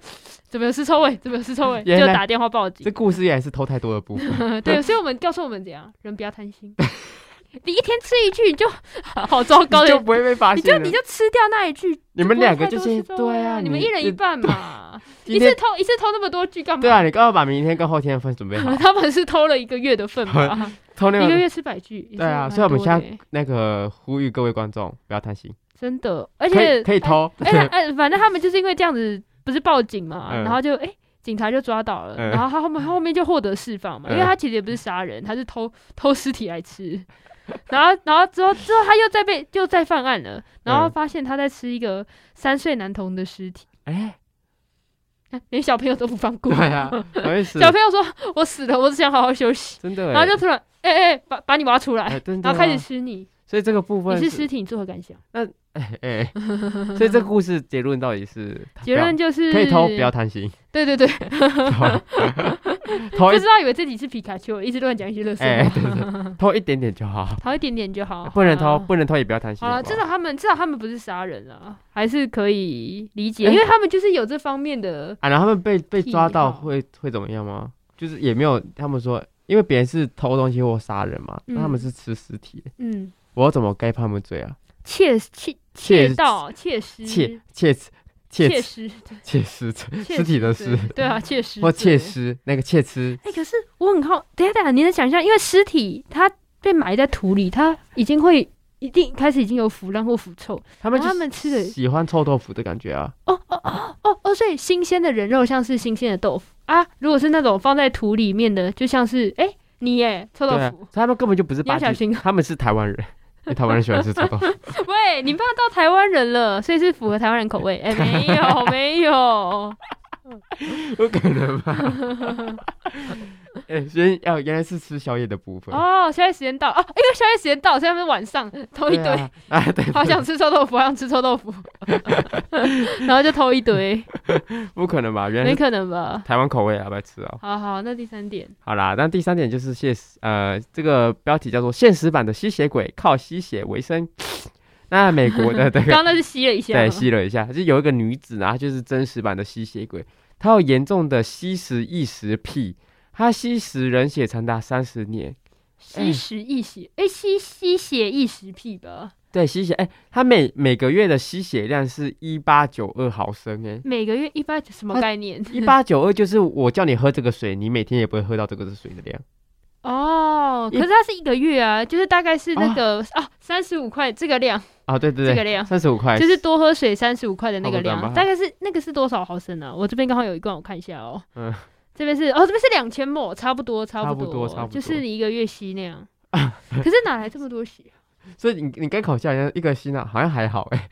怎么有尸臭味，怎么有尸臭味，
原
就
来
打电话报警嗯
这。故事也是偷太多的部
<laughs>
分。
对，所以我们告诉我们怎样，人不要贪心， <laughs> 你一天吃一句你就好糟糕的
你就
人，
不会被发
你
现
就
了。
你就吃掉那一句。
你们
不会
两个
太
就
多
是
吃臭味
对啊
啊，你们
你
一人一
这
半嘛，
<laughs> 今
一
天
次偷一次偷那么多句干嘛？，
对啊，你刚好把明天跟后天的份准备好
<laughs> 他们是偷了一个月的
<laughs>
份吧，
偷那
一个
个
月吃百句。也是
啊对啊
蛮
所以我们
多
现在
的欸
那个呼吁各位观众不要贪心，
真的，而
可以
且
可以偷，
哎哎哎，反正他们就是因为这样子，不是报警嘛，
嗯
然后就哎、警察就抓到了，
嗯
然后他后面后面就获得释放嘛，
嗯
因为他其实也不是杀人，他是偷偷尸体来吃。 <laughs> 然后，然后之后之后他又再被又再犯案了，然后
嗯
发现他在吃一个三岁男童的尸体，
<laughs>
哎
哎，
连小朋友都不放过。
对
<laughs>
啊，好意思，
小朋友说：“我死了，我只想好好休息。
真”的欸，
然后就突然，哎、哎、把把你挖出来，
哎真的
然
啊，
后开始吃你。
所以这个部分
你是尸体，你作何感想？
哎
<laughs>
哎，所以这故事结论到底是
结论就是
不要可以偷，不要贪心，
对对对，
<laughs> 偷
不 <laughs>
一
知道以为自己是皮卡丘，一直乱讲一些乐色
哎，
话，
对对，偷一点点就好，
淘一点点就好，
不能
哦好
偷，
啦。
不能偷也不要贪心。
好了，
不
至少他们至少他们不是杀人啊，还是可以理
哎
解，因为他们就是有这方面的，
啊，然后他们被被
癖
抓到
好
会会怎么样吗？就是也没有，他们说，因为别人是偷东西或杀人嘛，那他们
嗯
是吃尸体，
嗯，
我要怎么该判他们罪啊？
窃窃窃
窃
盗、窃尸、
窃窃
窃
窃吃
尸、
窃尸
窃
尸体的
罪
尸，
对啊，窃尸
或窃
罪。
尸那个窃尸，
哎，可是我很好，等一下等一下，你能想象，因为尸体它被埋在土里，它已经会一定开始已经有腐烂或腐臭，
他们
然
就
后他们吃的
喜欢臭豆腐的感觉啊，
哦哦，所以新鲜的人肉像是新鲜的豆腐啊，如果是那种放在土里面的，就像是哎、你耶臭
对
豆
啊
腐，，
他们根本就不是
你要
巴
小
基，
心哦。 <laughs>
他们是台湾人，因为台湾人喜欢吃臭豆腐，
喂，你爸到台湾人了，所以是符合台湾人口味。哎、没有没
<laughs>
有，
<laughs> 有可能吧？ <laughs> 哎，所以哦，原来是吃宵夜的部分，
哦，宵夜时间到哦，因为宵夜时间到，所以他们晚上偷一
对
堆，
啊， <laughs> 啊对，
<laughs> 好想吃臭豆腐，好想吃臭豆
<laughs>
腐，然后就偷一堆，
不可能吧？原来
没
是
可能吧？
台湾口味啊，不要吃啊。
好好，那第三点，
好啦，那第三点就是现实，呃，这个标题叫做“现实版的吸血鬼靠吸血为生”。 <laughs> 那美国的这个
刚刚那是吸了一下吗，
对吸了一下，就有一个女子啊，她就是真实版的吸血鬼，她有严重的吸食异食癖，她吸食人血长达三十年。
吸食一血，哎、吸吸血一食屁吧，
对，吸血，哎、她每每个月的吸血量是一八九二毫
<laughs>
升、哎，
每个月一般什么
他
概念？
一八九二就是我叫你喝这个水，你每天也不会喝到这个水的量。
哦，
一
可是它是一个月啊，就是大概是那个啊三十五块这个量，
啊，对对
这个
对，
量。
三十五块，
就是多喝水三十五块的那个
差不多吧
量，大概是那个是多少毫升呢、啊？我这边刚好有一罐，我看一下哦。
<laughs> 嗯
这边是哦，这边是两千沫，差不多，差
差不多差不多
就是你一个月吸那
<laughs>
样。可是哪来这么多血？啊
所以你你跟口笑一样，一个吸呢好像还好哎、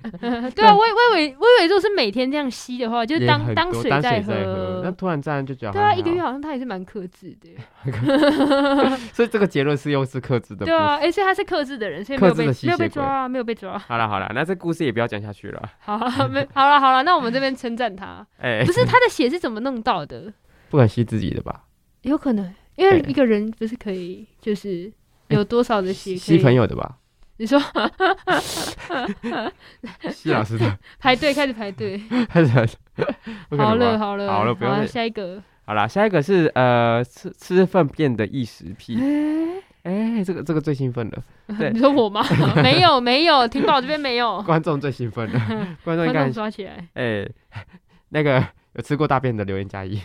对啊，我以我以为我以为如果是每天这样吸的话，就是
也
当
很
当
多
水
当
在
水在喝，那突然这样就觉得
对啊，
还
一个月
好，
好像它也是蛮克制
<laughs>
的。
所以这个结论是又是克制的。
对啊，而且他是克制的人，所以
克
没有
制
被
的吸
没有被
血鬼
抓啊，没有被抓。
好了好了，那这故事也不要讲下去
<laughs>
了。
好，没好了好了，那我们这边称赞他，
<laughs> 哎、
不是他的血是怎么弄到的？
不敢吸自己的吧？
有可能，因为
对
一个人不是可以就是有多少的血可
吸哎朋
以？
友的吧？
你说
吸老师
<laughs>
的，
排队开始排队，
还是 <laughs> 不可
好
能
了
吧？
好了
好了不用
啊
再
下一个，
好了，下一个是呃吃吃粪便的异食癖。哎、这个这个最兴
<laughs>
奋了，对
你说我
<laughs>
吗？没有没有，婷宝这边没有，
观众最兴奋了，观众
观
应该
众抓起来。
哎、 <laughs> 那个有吃过大便的留言
<laughs>
加一。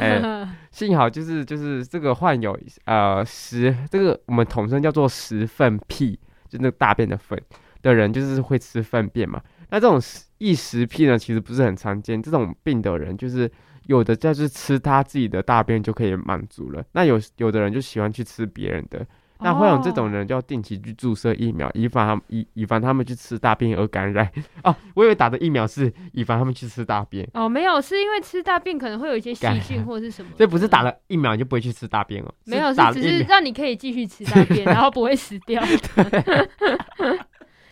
哎、幸好就是就是这个患有呃食这个我们统称叫做食粪癖，就那个大便的粪的人，就是会吃粪便嘛。那这种食异食癖呢，其实不是很常见。这种病的人，就是有的就是吃他自己的大便就可以满足了，那有有的人就喜欢去吃别人的。那患有这种
哦，
人就要定期去注射疫苗，以防他们以以防他们去吃大便而感染。 <laughs> 哦，我以为打的疫苗是以防他们去吃大便，
哦，没有，是因为吃大便可能会有一些细菌或是什么的，
所以不是打了疫苗你就不会去吃大便哦。
没有，是
打了
只
疫
是
苗。
让你可以继续吃大便，然后不会死
<laughs>
掉。哎、 <laughs> 他这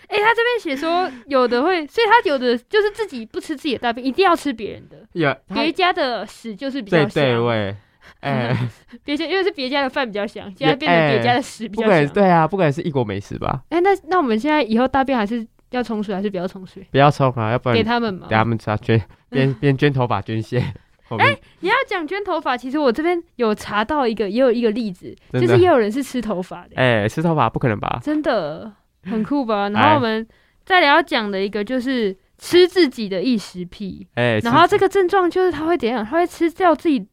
边写说有的会，所以他有的就是自己不吃自己的大便，一定要吃别人的，
有他
别家的屎就是比较
对
香。 <laughs>
对味，哎、
别家因为是别家的饭比较香，现在
也
变成别家的食比
不
较
管
香。
对啊，不管是异国美食吧，
哎、那那我们现在以后大便还是要冲水还是不要冲水？
不要抽啊，要不然
给
给
他们嘛。
他们吃啊，捐
<laughs>
边边捐头发捐血。我们
你要讲捐头发，其实我这边有查到一个，也有一个例子，
真
就
的
是也有人是吃头发的，
哎、吃头发不可能吧？
真的很酷吧？然
<laughs> 哎
后我们再聊讲的一个就是吃自己的异食癖，
哎、
然后
吃
这个症状就是他会怎样？他会吃掉自己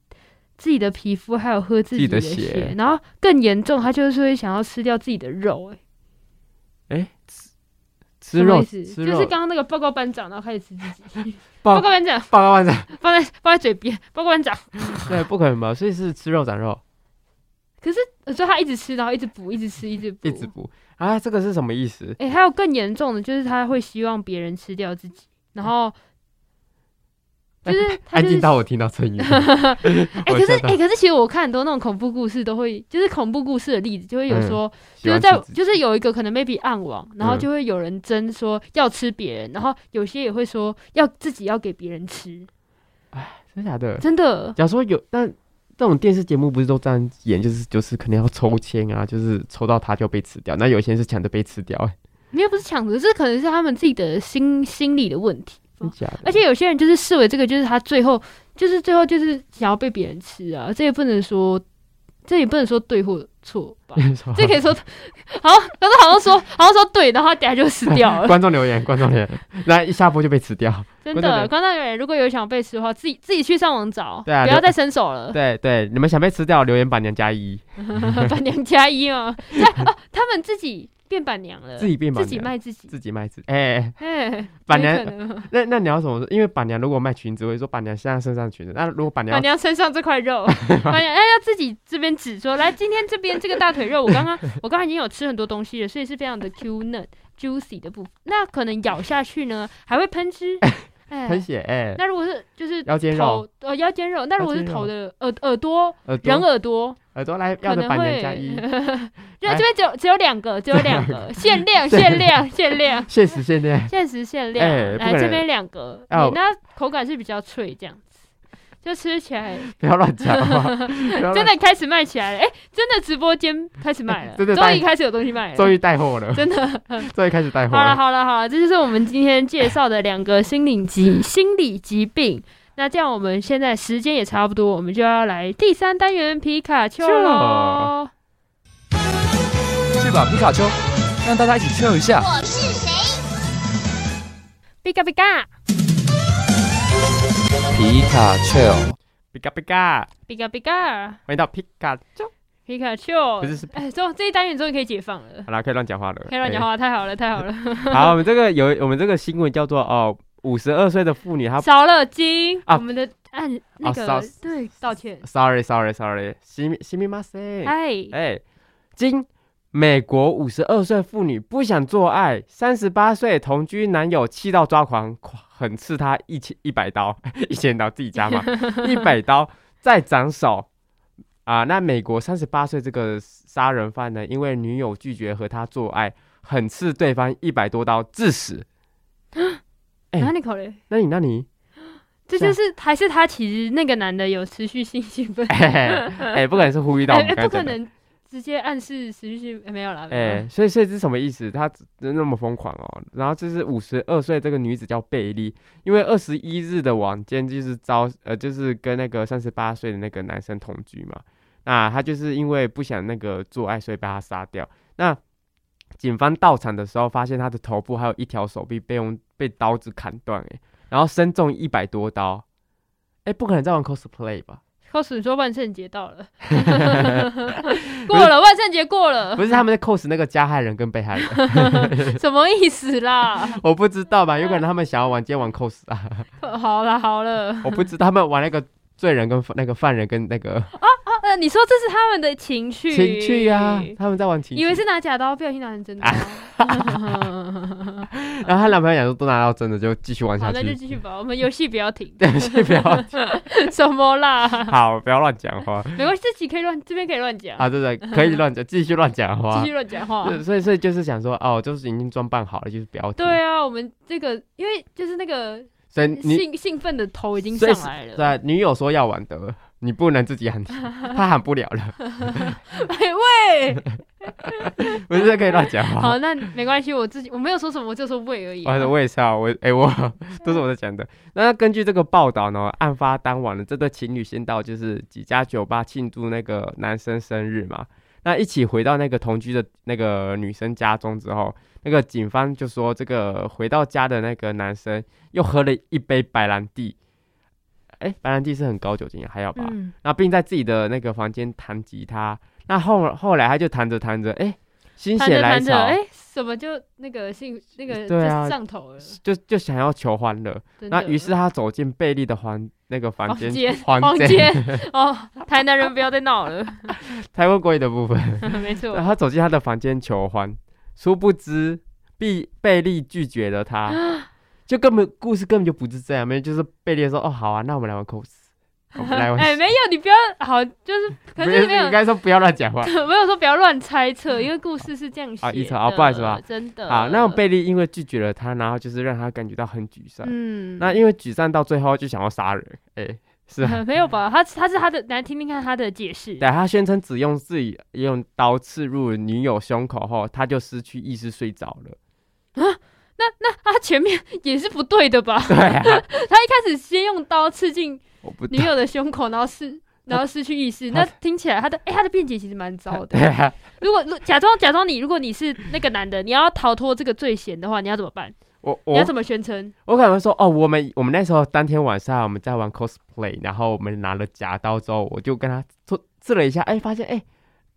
自己的皮肤，还有喝自己的
自己的血
然后更严重，他就是会想要吃掉自己的肉、哎，
吃
什么
肉
意思？
吃
就是
肉， <laughs>
刚刚那个报告班长，然后开始吃自己。
报
报告班长
报告班长，
放在放在嘴边，报告班长。
<laughs> 对，不可能吧？所以是吃肉长肉，
可是所以他一直吃，然后一直补，一直吃，一直补，
一直补啊，这个是什么意思？
哎、还有更严重的就是他会希望别人吃掉自己，然后就是他
哎安
就
静
是
到我听到声音，
哎、
我
可是
吓到
哎、可是其实我看很多那种恐怖故事都会，就是恐怖故事的例子就会有
嗯
说，
喜
<laughs> 就是
欢
在
吃自己
就是有一个可能 maybe 暗网，然后
嗯
就会有人争说要吃别人，然后有些也会说要自己要给别人吃，
嗯真假的？
真的
假如说有，但这种电视节目不是都这样演，就是就是可能要抽签啊，就是抽到他就被吃掉，那有些人是抢着被吃掉、哎，
没有不是抢着，这可能是他们自己的心心理的问题。
真假的？。
而且有些人就是视为这个就是他最后就是最后就是想要被别人吃啊，这也不能说这也不能说对或错吧
<laughs> 什么
这可以说，好，可是好像说，好像说对，然后他等下就死掉
<laughs>
了。
观众留言，观众留言，那一下播就被吃掉。
真
观众
的，
人
观众人如果有想被吃的话，自己自己去上网找，
对啊
不要
留
再伸手了。
<laughs> 对对，你们想被吃掉，留言板娘加一，
<laughs> 板娘加一
<laughs>
嘛，对哦，他们自己变板娘了，
自己变板
自己
娘
卖自己，
自己卖自己。哎、哎
哎，
板
有
娘
可能哦
那那你要怎么说？因为板娘如果卖裙子，我会说板娘现在身上的裙子。那如果板娘
板
要
娘身上这块
<laughs>
肉，板娘哎要自己这边指说，来今天这边这个大腿肉，我刚刚我刚刚已经有吃很多东西了，所以是非常的 Q 嫩 juicy 的部分。那可能咬下去呢，还会喷
<laughs>
汁，
喷
哎，
血，哎、
那如果是就是
腰间
头
肉、
呃腰间肉，那如果是
腰间肉
头的呃耳耳朵
耳
人
朵
耳朵，
耳朵来，
可
要的
能
板
会
娘
<laughs>
加一，
就
哎
这边只有只有两个，只有两
<laughs>
个，限量限量 <laughs> 限量。
限时
<laughs>
限量。
限时限量，
哎不
来
可
这
能
边两个，
哎我
你那口感是比较脆，这样子，就吃起来
不要乱讲
<laughs>
话，不要乱
真的开始卖起来了，哎、真的直播间开始卖了，
哎 <laughs> 真的
终于
带
开始有东西卖了，
终于带货了，
真
<laughs>
的
终于开始带货
好了
了。
好了好了，这就是我们今天介绍的两个心理
<laughs>
疾心理疾病。那这样我们现在时间也差不多，我们就要来第三单元皮卡丘
是
喽
哦。
去吧，皮卡丘，让大家一起 Q 一下。
我是谁？
皮卡皮卡
皮卡丘，
皮卡皮卡，
皮卡皮卡
欢迎到皮卡
哦
丘。
皮卡丘，
不是是哎皮，
哎，终这一单元终于可以解放了，
好啦，可以乱讲话了，
可以乱讲话，太好了太好了，
哎。好，我们这个有我们这个新闻叫做哦，五十二岁的妇女她
少了金，
啊
我们的按那
少哎
个对道歉，
，sorry sorry sorry，西米西米马塞，
哎，
哎，经美国五十二岁妇女不想做爱，三十八岁同居男友气到抓狂，狂狠刺她一千一百刀， <laughs> 一千刀自己加嘛，
<laughs>
一百刀再斩首。啊、那美国三十八岁这个杀人犯呢，因为女友拒绝和他做爱，狠刺对方一百多刀致死。哎
哪里考虑？
那你
<laughs>
那你， <laughs>
这
是啊
就是还是他其实那个男的有持续性兴奋，
哎、哎不可能是呼吁到
哎
我
哎
们刚才
不可
讲的，
能直接暗示持续性哎没有啦，没有
哎、
啦
所以所以这是什么意思？她真那么疯狂哦。然后这是五十二岁这个女子叫贝利，因为二十一日的晚间就是遭呃就是跟那个三十八岁的那个男生同居嘛，那她就是因为不想那个做爱，所以把他杀掉。那警方到场的时候，发现她的头部还有一条手臂被用被刀子砍断，哎，然后身中一百多刀。哎、不可能在玩 cosplay 吧？
cos 说万圣节到
<laughs>
了，过了万圣节过了，
不是他们在 cos 那个加害人跟被害人， <laughs>
什么意思啦？
我不知道吧？有可能他们想要玩，今天玩 cos 啊。
好了好了， <laughs>
我不知道他们玩那个罪人跟那个犯人跟那个
哦呃，你说这是他们的情趣
情趣啊，他们在玩情趣。
以为是拿假刀，不小心拿成
啊
<laughs> 真刀。
然后她男朋友讲说都拿到真的，就继续玩
好，
下
那就
去。 <laughs>
继续吧，我们游戏不要停。
对，先不要
<laughs>
<laughs>
什么啦？
好，不要乱讲
<laughs>
话
没关系，这集可以乱，这边可以乱讲，
啊！对对，可以乱讲，继续乱讲话
继续。乱讲话。
对所以，所以就是想说，哦，就是已经装扮好了，就是不要提。
对啊，我们这个因为就是那个
所以你
兴兴奋的头已经
所以
上来了， <laughs>
对啊女友说要玩的，你不能自己喊，他喊不了
<laughs>
了，
美
<laughs>
味。
不是可以乱讲话
好，。那没关系，我自己我没有说什么，我就说味而已。
我我也是啊，我啊哎、我都是我在讲的。那根据这个报道呢，案发当晚呢，这对情侣先到就是几家酒吧庆祝那个男生生日嘛。那一起回到那个同居的那个女生家中之后，那个警方就说，这个回到家的那个男生又喝了一杯白兰地。哎、白兰地是很高酒精，还好吧？
嗯，
那并在自己的那个房间弹吉他。那后后来他就弹着弹着，哎、心
谈
血
着
来
谈
潮，
着，哎，怎么就那个性那个
对啊
就上头了？
就就想要求欢乐。
真的
那于是他走进贝利的房那个房间，
<laughs> 间
房
房
<laughs>
间哦，台南人不要再闹了， <laughs>
台湾国语的部分。
没错
然。后他走进他的房间求欢，殊不知贝贝利拒绝了他，
<gasps>
就根本故事根本就不是这样，没有就是贝利说哦好啊，那我们来玩 cos，我 <laughs> 们来玩，
<laughs> 哎、没有，你不要好，
<laughs>
就是可
不
是没有嗯
应，该说不要乱讲
<laughs>
话。
没有说不要乱猜测，因为故事是这样写
啊
的。
一层啊不好意思吧
真的。
啊，那贝利因为拒绝了他，然后就是让他感觉到很沮丧。
嗯，
那因为沮丧到最后就想要杀人，哎、是啊，
<laughs> 没有吧？他他是他的，来听听看他的解释。
对，他宣称只用自己用刀刺入女友胸口后，他就失去意识睡着
<laughs>
了。
他前面 <laughs> 也是不对的吧？ <laughs>
对啊，
他一开始先用刀刺进
我不
女友的胸口，然后失，然后失去意识。那听起来他的，哎、他的辩解其实蛮糟
对 <laughs>
的。
啊，
如果如果假装假装你，如果你是那个男的，你要逃脱这个罪嫌的话，你要怎么办？
我
你要
我
怎么宣称？
我可能会说哦，我们我们那时候当天晚上我们在玩 cosplay，然后我们拿了假刀之后，我就跟他做刺了一下，哎，发现哎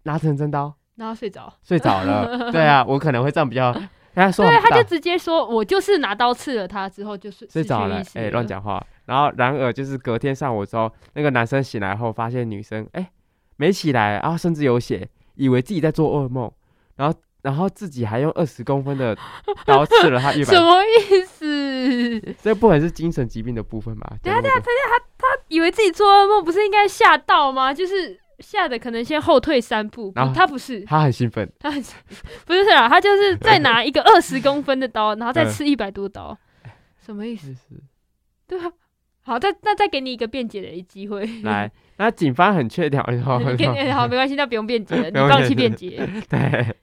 拿成真刀
然后睡着。
睡
<laughs>
着了。对啊，我可能会这样比较，跟他说
对，
谎不
他就
到
直接说，我就是拿刀刺了他之后，就是
睡着了
了，，
哎，乱。讲话。然后然而就是隔天上午之后，那个男生醒来后发现女生哎没起来，然后甚至有血，以为自己在做噩梦，然后然后自己还用二十公分的刀刺了他一百
<laughs> 什，么意思？
这不可能是精神疾病的部分吧？
等
下等下，
以为自己做噩梦，不是应该吓到吗？就是吓得可能先后退三步，不
然后
他不 <laughs> 是，
他很兴奋，
他很不是啦，
<laughs>
他就是再拿一个二十公分的刀，然后再
嗯
刺一百多刀，什么意思？
是是。
对啊，好，再那再给你一个辩解的机
<laughs>
会。
来，那警方很确定，哦
<laughs>
然后
你
说
给你好，没关系，那不用辩解
<laughs>
了，
不
你
用
放弃
辩
辩解。
对，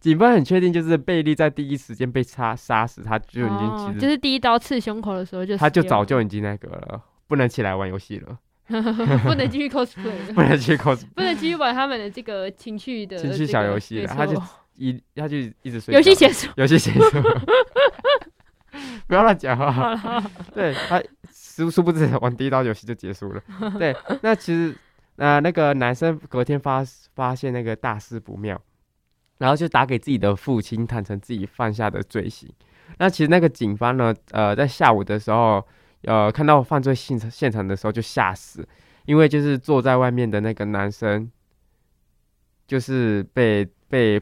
警方很确定就是贝利在第一时间被杀杀死，他就已经
哦
其实、
就是第一刀刺胸口的时候就
他就
死掉
早
了
就已经那个了，不能起来玩游戏了，
<laughs> 不能继续 cosplay 了
<laughs> 不。能
<laughs>
去 cos，
不能继续玩他们的这个情趣
<laughs>
的
情趣
这个
小游戏了
没
他就
错
一他就一直睡
游戏
觉
结束
游戏结束，不要乱讲话。
好了，
对他殊殊不知玩第一道游戏就结束了。对，那其实呃那个男生隔天发发现那个大事不妙，然后就打给自己的父亲，坦诚自己犯下的罪行。那其实那个警方呢，呃，在下午的时候，呃，看到犯罪现场现场的时候就吓死，因为就是坐在外面的那个男生，就是被被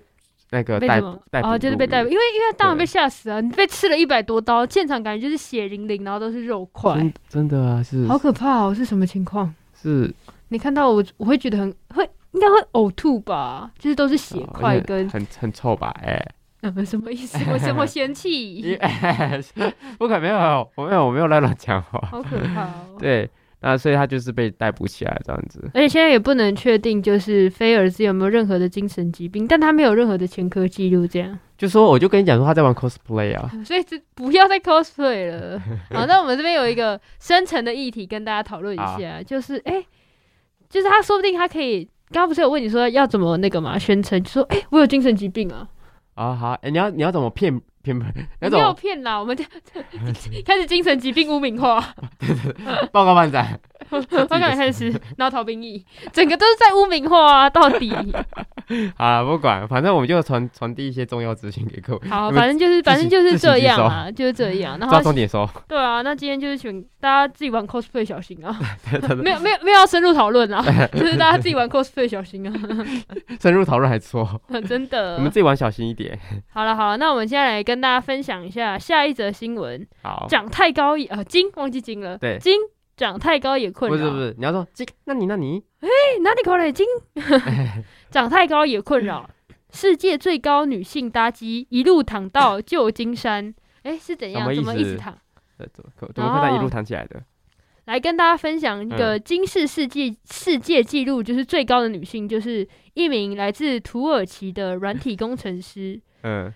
那个
被
逮
什
捕
么？
逮捕入狱，
哦，就是被逮捕，因为因为当晚
对
被吓死啊，你被刺了一百多刀，现场感觉就是血淋淋，然后都是肉块
真，真的啊，是
好可怕哦！是什么情况？
是
你看到我，我会觉得很会，应该会呕吐吧？就是都是血
哦而
块
且
跟
很很臭吧？哎、
嗯，什么意
<laughs>
思？我什么嫌
因为 <laughs>
弃？
我可没有，我没有，我没有乱乱讲话。
好可怕哦！
对，那所以他就是被逮捕起来这样子。
而且现在也不能确定，就是菲尔兹有没有任何的精神疾病，但他没有任何的前科记录，这样。
就说我就跟你讲说他在玩 cosplay 啊，
所以这不要再 cosplay 了。好，那我们这边有一个深层的议题跟大家讨论一下，就是哎、诶就是他说不定他可以，刚刚不是有问你说要怎么那个嘛，宣称就说哎、诶我有精神疾病啊，
<laughs> 啊好，哎、你要你要怎么骗
<laughs>
骗？你要
你
怎
没有
么
骗啦，我们这开始精神疾病污名化，
报告 <laughs> 班长？
我感觉开始闹逃兵役，整个都是在污名化啊，到底。
好了，啊不管，反正我们就传传递一些重要资讯给各位，
好，
你们
反正就是反正就
自
是
己
这样啊，就是这样。然后
抓重
<laughs>
点说。
对啊，那今天就是请大家自己玩 cosplay 小心啊，
<laughs> 对对对
没有没有没有要深入讨
<laughs>
论啊，就是大家自己玩 cosplay 小心啊。 <laughs>
深入讨论还说，
真的
我们。自己玩小心一点。
好了好了，那我们现在来跟大家分享一下下一则新闻：
好，
长太高也啊、金忘记金了，
对
金长太高也困
不
扰。
是不是，你要说这，那你那你
哎哪里搞来
<laughs>
金？长太高也困扰。世界最高女性搭机一路躺到旧金山，哎、是怎样？
什
怎
么
么
意思
一直躺？
呃怎么可怎么会他一
哦
路弹起来的？
来跟大家分享一
嗯
个金氏世界世界纪录，就是最高的女性，就是一名来自土耳其的软体工程师 <laughs>
嗯，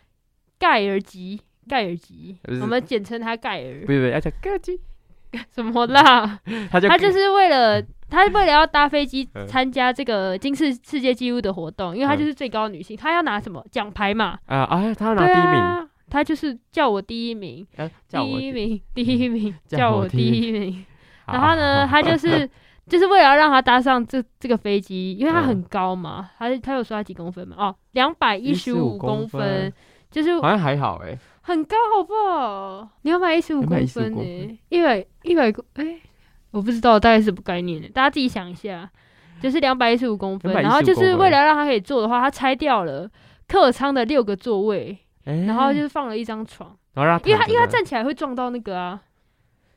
盖尔吉。盖尔吉，
不是
我们简称他盖尔
不。是不是，要讲高级，
<laughs> 什么
<laughs>
啦？
他就
他就是为了他为了要搭飞机
嗯
参加这个金氏世界纪录的活动，因为他
嗯
就是最高女性，她要拿什么奖牌嘛？
啊啊，他拿
对
第一名，
啊，他就是叫我第一名，
啊叫
第
我
一名，第一名，
叫
叫
我
我
第
第
一
一名。
好
然后呢，他就是就是为了要让他搭上这这个飞机，因为他
嗯
很高嘛，他他有说他几公分嘛？哦，两百一十
115
五
公
公
分
分，啊就是
好像还好哎，
很高，好不好？两百一十五公
215
分
公
呢、
分
一百一百公哎、我不知道大概是什么概念呢、大家自己想一下，就是两百一十五公分，
215
然后就是
公分
为了让他可以坐的话，他拆掉了客舱的六个座位，
哎
然后就是放了一张床，
然后让
因为他嗯因为他
躺着
站起来会撞到那个啊，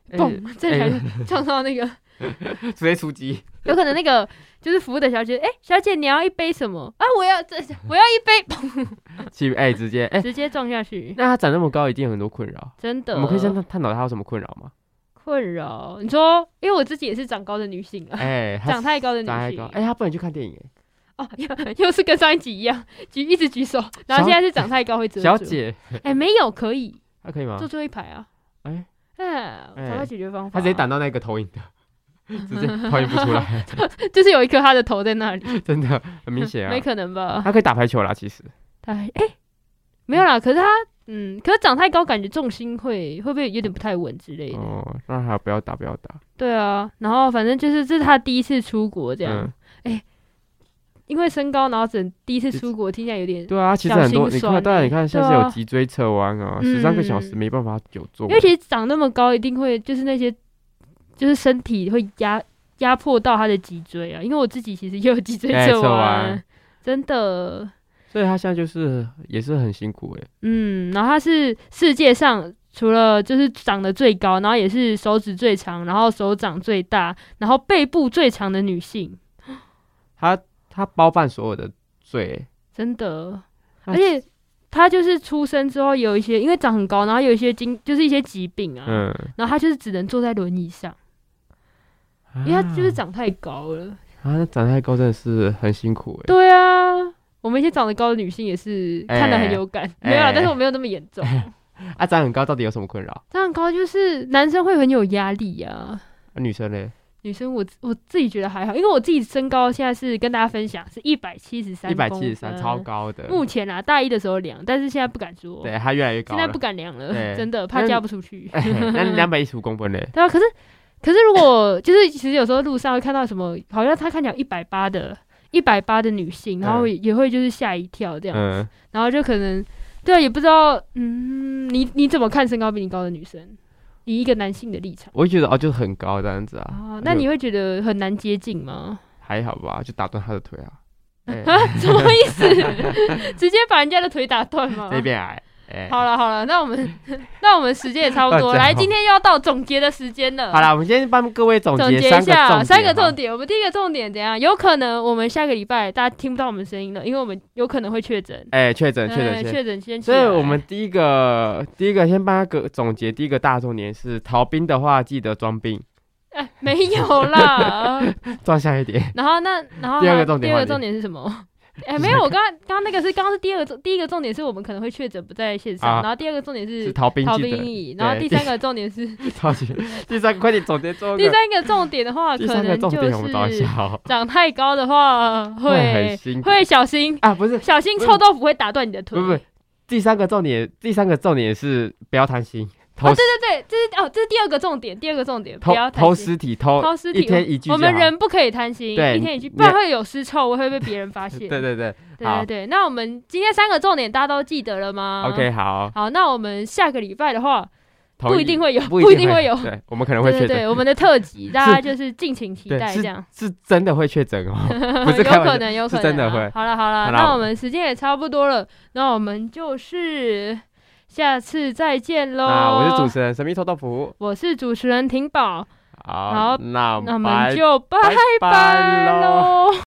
哎
嘣、站起来就撞到那个，
直接出击， <laughs>
<laughs> 有可能那个就是服务的小姐，哎、小姐你要一杯什么啊？我要这 <laughs> 我要一杯，砰
去哎直接哎，
直接撞下
<laughs>
去，
那他长那么高，一定有很多困扰。
真的。
我们可以先探探讨他有什么困扰
<laughs>
吗？
困扰。你说，因为我自己也是长高的女性啊，
哎，他
长太高的女
长太
性，
高，哎，他不能去看电影哎，
哦， <laughs> 又又是跟上一集一样， <laughs> 举一直举手，然后
小
现在是长太高会遮住。
小，姐，
哎，没有可以
他可以吗
坐？最后一排啊，
哎，
嗯，
哎
找到解决方法。
他直接挡到那个投
<laughs>
影的，直接投影不出来， <laughs>
就是有一颗他的头在那里，
真的很明显啊
没。可能吧？
他可以打排球啦，其实
他还哎，没有啦，可是他。嗯，可是长太高，感觉重心会会不会有点不太稳之类的？
哦，让他不要打，不要打，
对啊，然后反正就是这是他第一次出国这样，
嗯，
因为身高，然后整第一次出国，听起来有点
对啊，其实
小
很多，
心
你
酸
看，当然
欸
你看，像
对
是有
啊
脊椎侧弯啊，十三个小时
嗯
没办法久坐
因，为其实长那么高，一定会就是那些，就是身体会压压迫到他的脊椎啊。因为我自己其实也有脊椎
哎
侧
侧
弯
弯，
真的。
所以他现在就是也是很辛苦哎，
嗯，然后他是世界上除了就是长得最高，然后也是手指最长，然后手掌最大，然后背部最长的女性，
他他包办所有的罪欸，
真的。
那
而且她就是出生之后有一些，因为长很高，然后有一些经就是一些疾病啊，
嗯，
然后她就是只能坐在轮椅上，因为她就是长太高了。
啊，那长太高真的是很辛苦哎，
对啊，我们一些长得高的女性也是看得很有感，
哎
没有啦，
哎
但是我没有那么严重。
啊，长很高到底有什么困扰？
长很高就是男生会很有压力啊，
啊女生嘞，
女生我我自己觉得还好，因为我自己身高现在是跟大家分享是一百七十三，
一百七十三，超。高的，
嗯目前啊，大一的时候量，但是现在不敢说，
对，他越来越高
现
了
在不。敢量
对
了，真的怕嫁不出去。
哎 <laughs> 那两百一十五公分嘞，
对啊，可是可是如果就是其实有时候路上会看到什么，好像她看起来一百八的。一百八的女性，然后也也会就是吓一跳这样，
嗯，
然后就可能对啊，也不知道，嗯，你你怎么看身高比你高的女生？以一个男性的立场
我就觉得哦，就是很高这样子啊
啊，。那
就
你会觉得很难接近吗？
还好吧？就打断他的腿啊，哎
什么意思？ <laughs> 直接把人家的腿打断吗？
这边矮，哎，
啊好了好了，那我们 <laughs> 那我们时间也差不
这
多，
样
来，
哦
今天又要到总结的时间了。
好啦，我们先帮各位总
总
结
结一
三个重
下
点，
三个重点。我们第一个重点怎样？有可能我们下个礼拜大家听不到我们声音了，因为我们有可能会确诊。
哎，确诊确
嗯
诊先。
确诊先起
所
来。
以我们第一个第一个先帮他个总结，第一个大重点是逃兵的话记得装病，
哎没有啦。呃
装下一点。
然后那然后
第二个
还
重
第
点
二个
换你
重点是什么？哎，没有，我刚刚刚刚那个是刚刚是第二个重第一个重点是我们可能会确诊不在线
啊
上，然后第二个重点
是
是
逃兵
逃
记
兵
得，
役，然后
对
第三个重点
<laughs>
是
超级。第三个快点总结最后一
第
个，
三个重点的话，
第
可
三个
能
重
就
点我们找一
是
下哦，
长太高的话
很
会
辛苦
会小心
啊，不是
小心
不是
臭豆腐会打断你的腿。
不是不是，第三个重点，第三个重点是不要贪心，偷、
哦，对对对，这是哦，这是第二个重点，第二个重点，不
偷
要贪
偷
心
尸体，偷
偷尸体，
一天一句就
我
好。
们人不可以贪心，
对
一天一句，
你
不然会有尸臭味，会被别人
<laughs>
发现。
对对对、
对
好
对对那我们今天三个重点大家都记得了吗
o k 好，
好，那我们下个礼拜的话，
同
不
意
一定会有，
不
一定会有。
对我们可能会
对对
确诊，
对，我们的特
<laughs>
辑，大家就是敬请期
对
待这样。
是真的会确诊
<laughs>
哦， <laughs> 不是
有
开玩
可
笑，
能，有可能、啊，
是真的会
好了好了，
好啦
那我们时间也差不多了，那我们就是下次再见喽。
那我是主持人神秘臭豆腐，
我是主持人婷宝，
好，
好
那
那我
拜
们就拜
拜
拜
喽。
喽。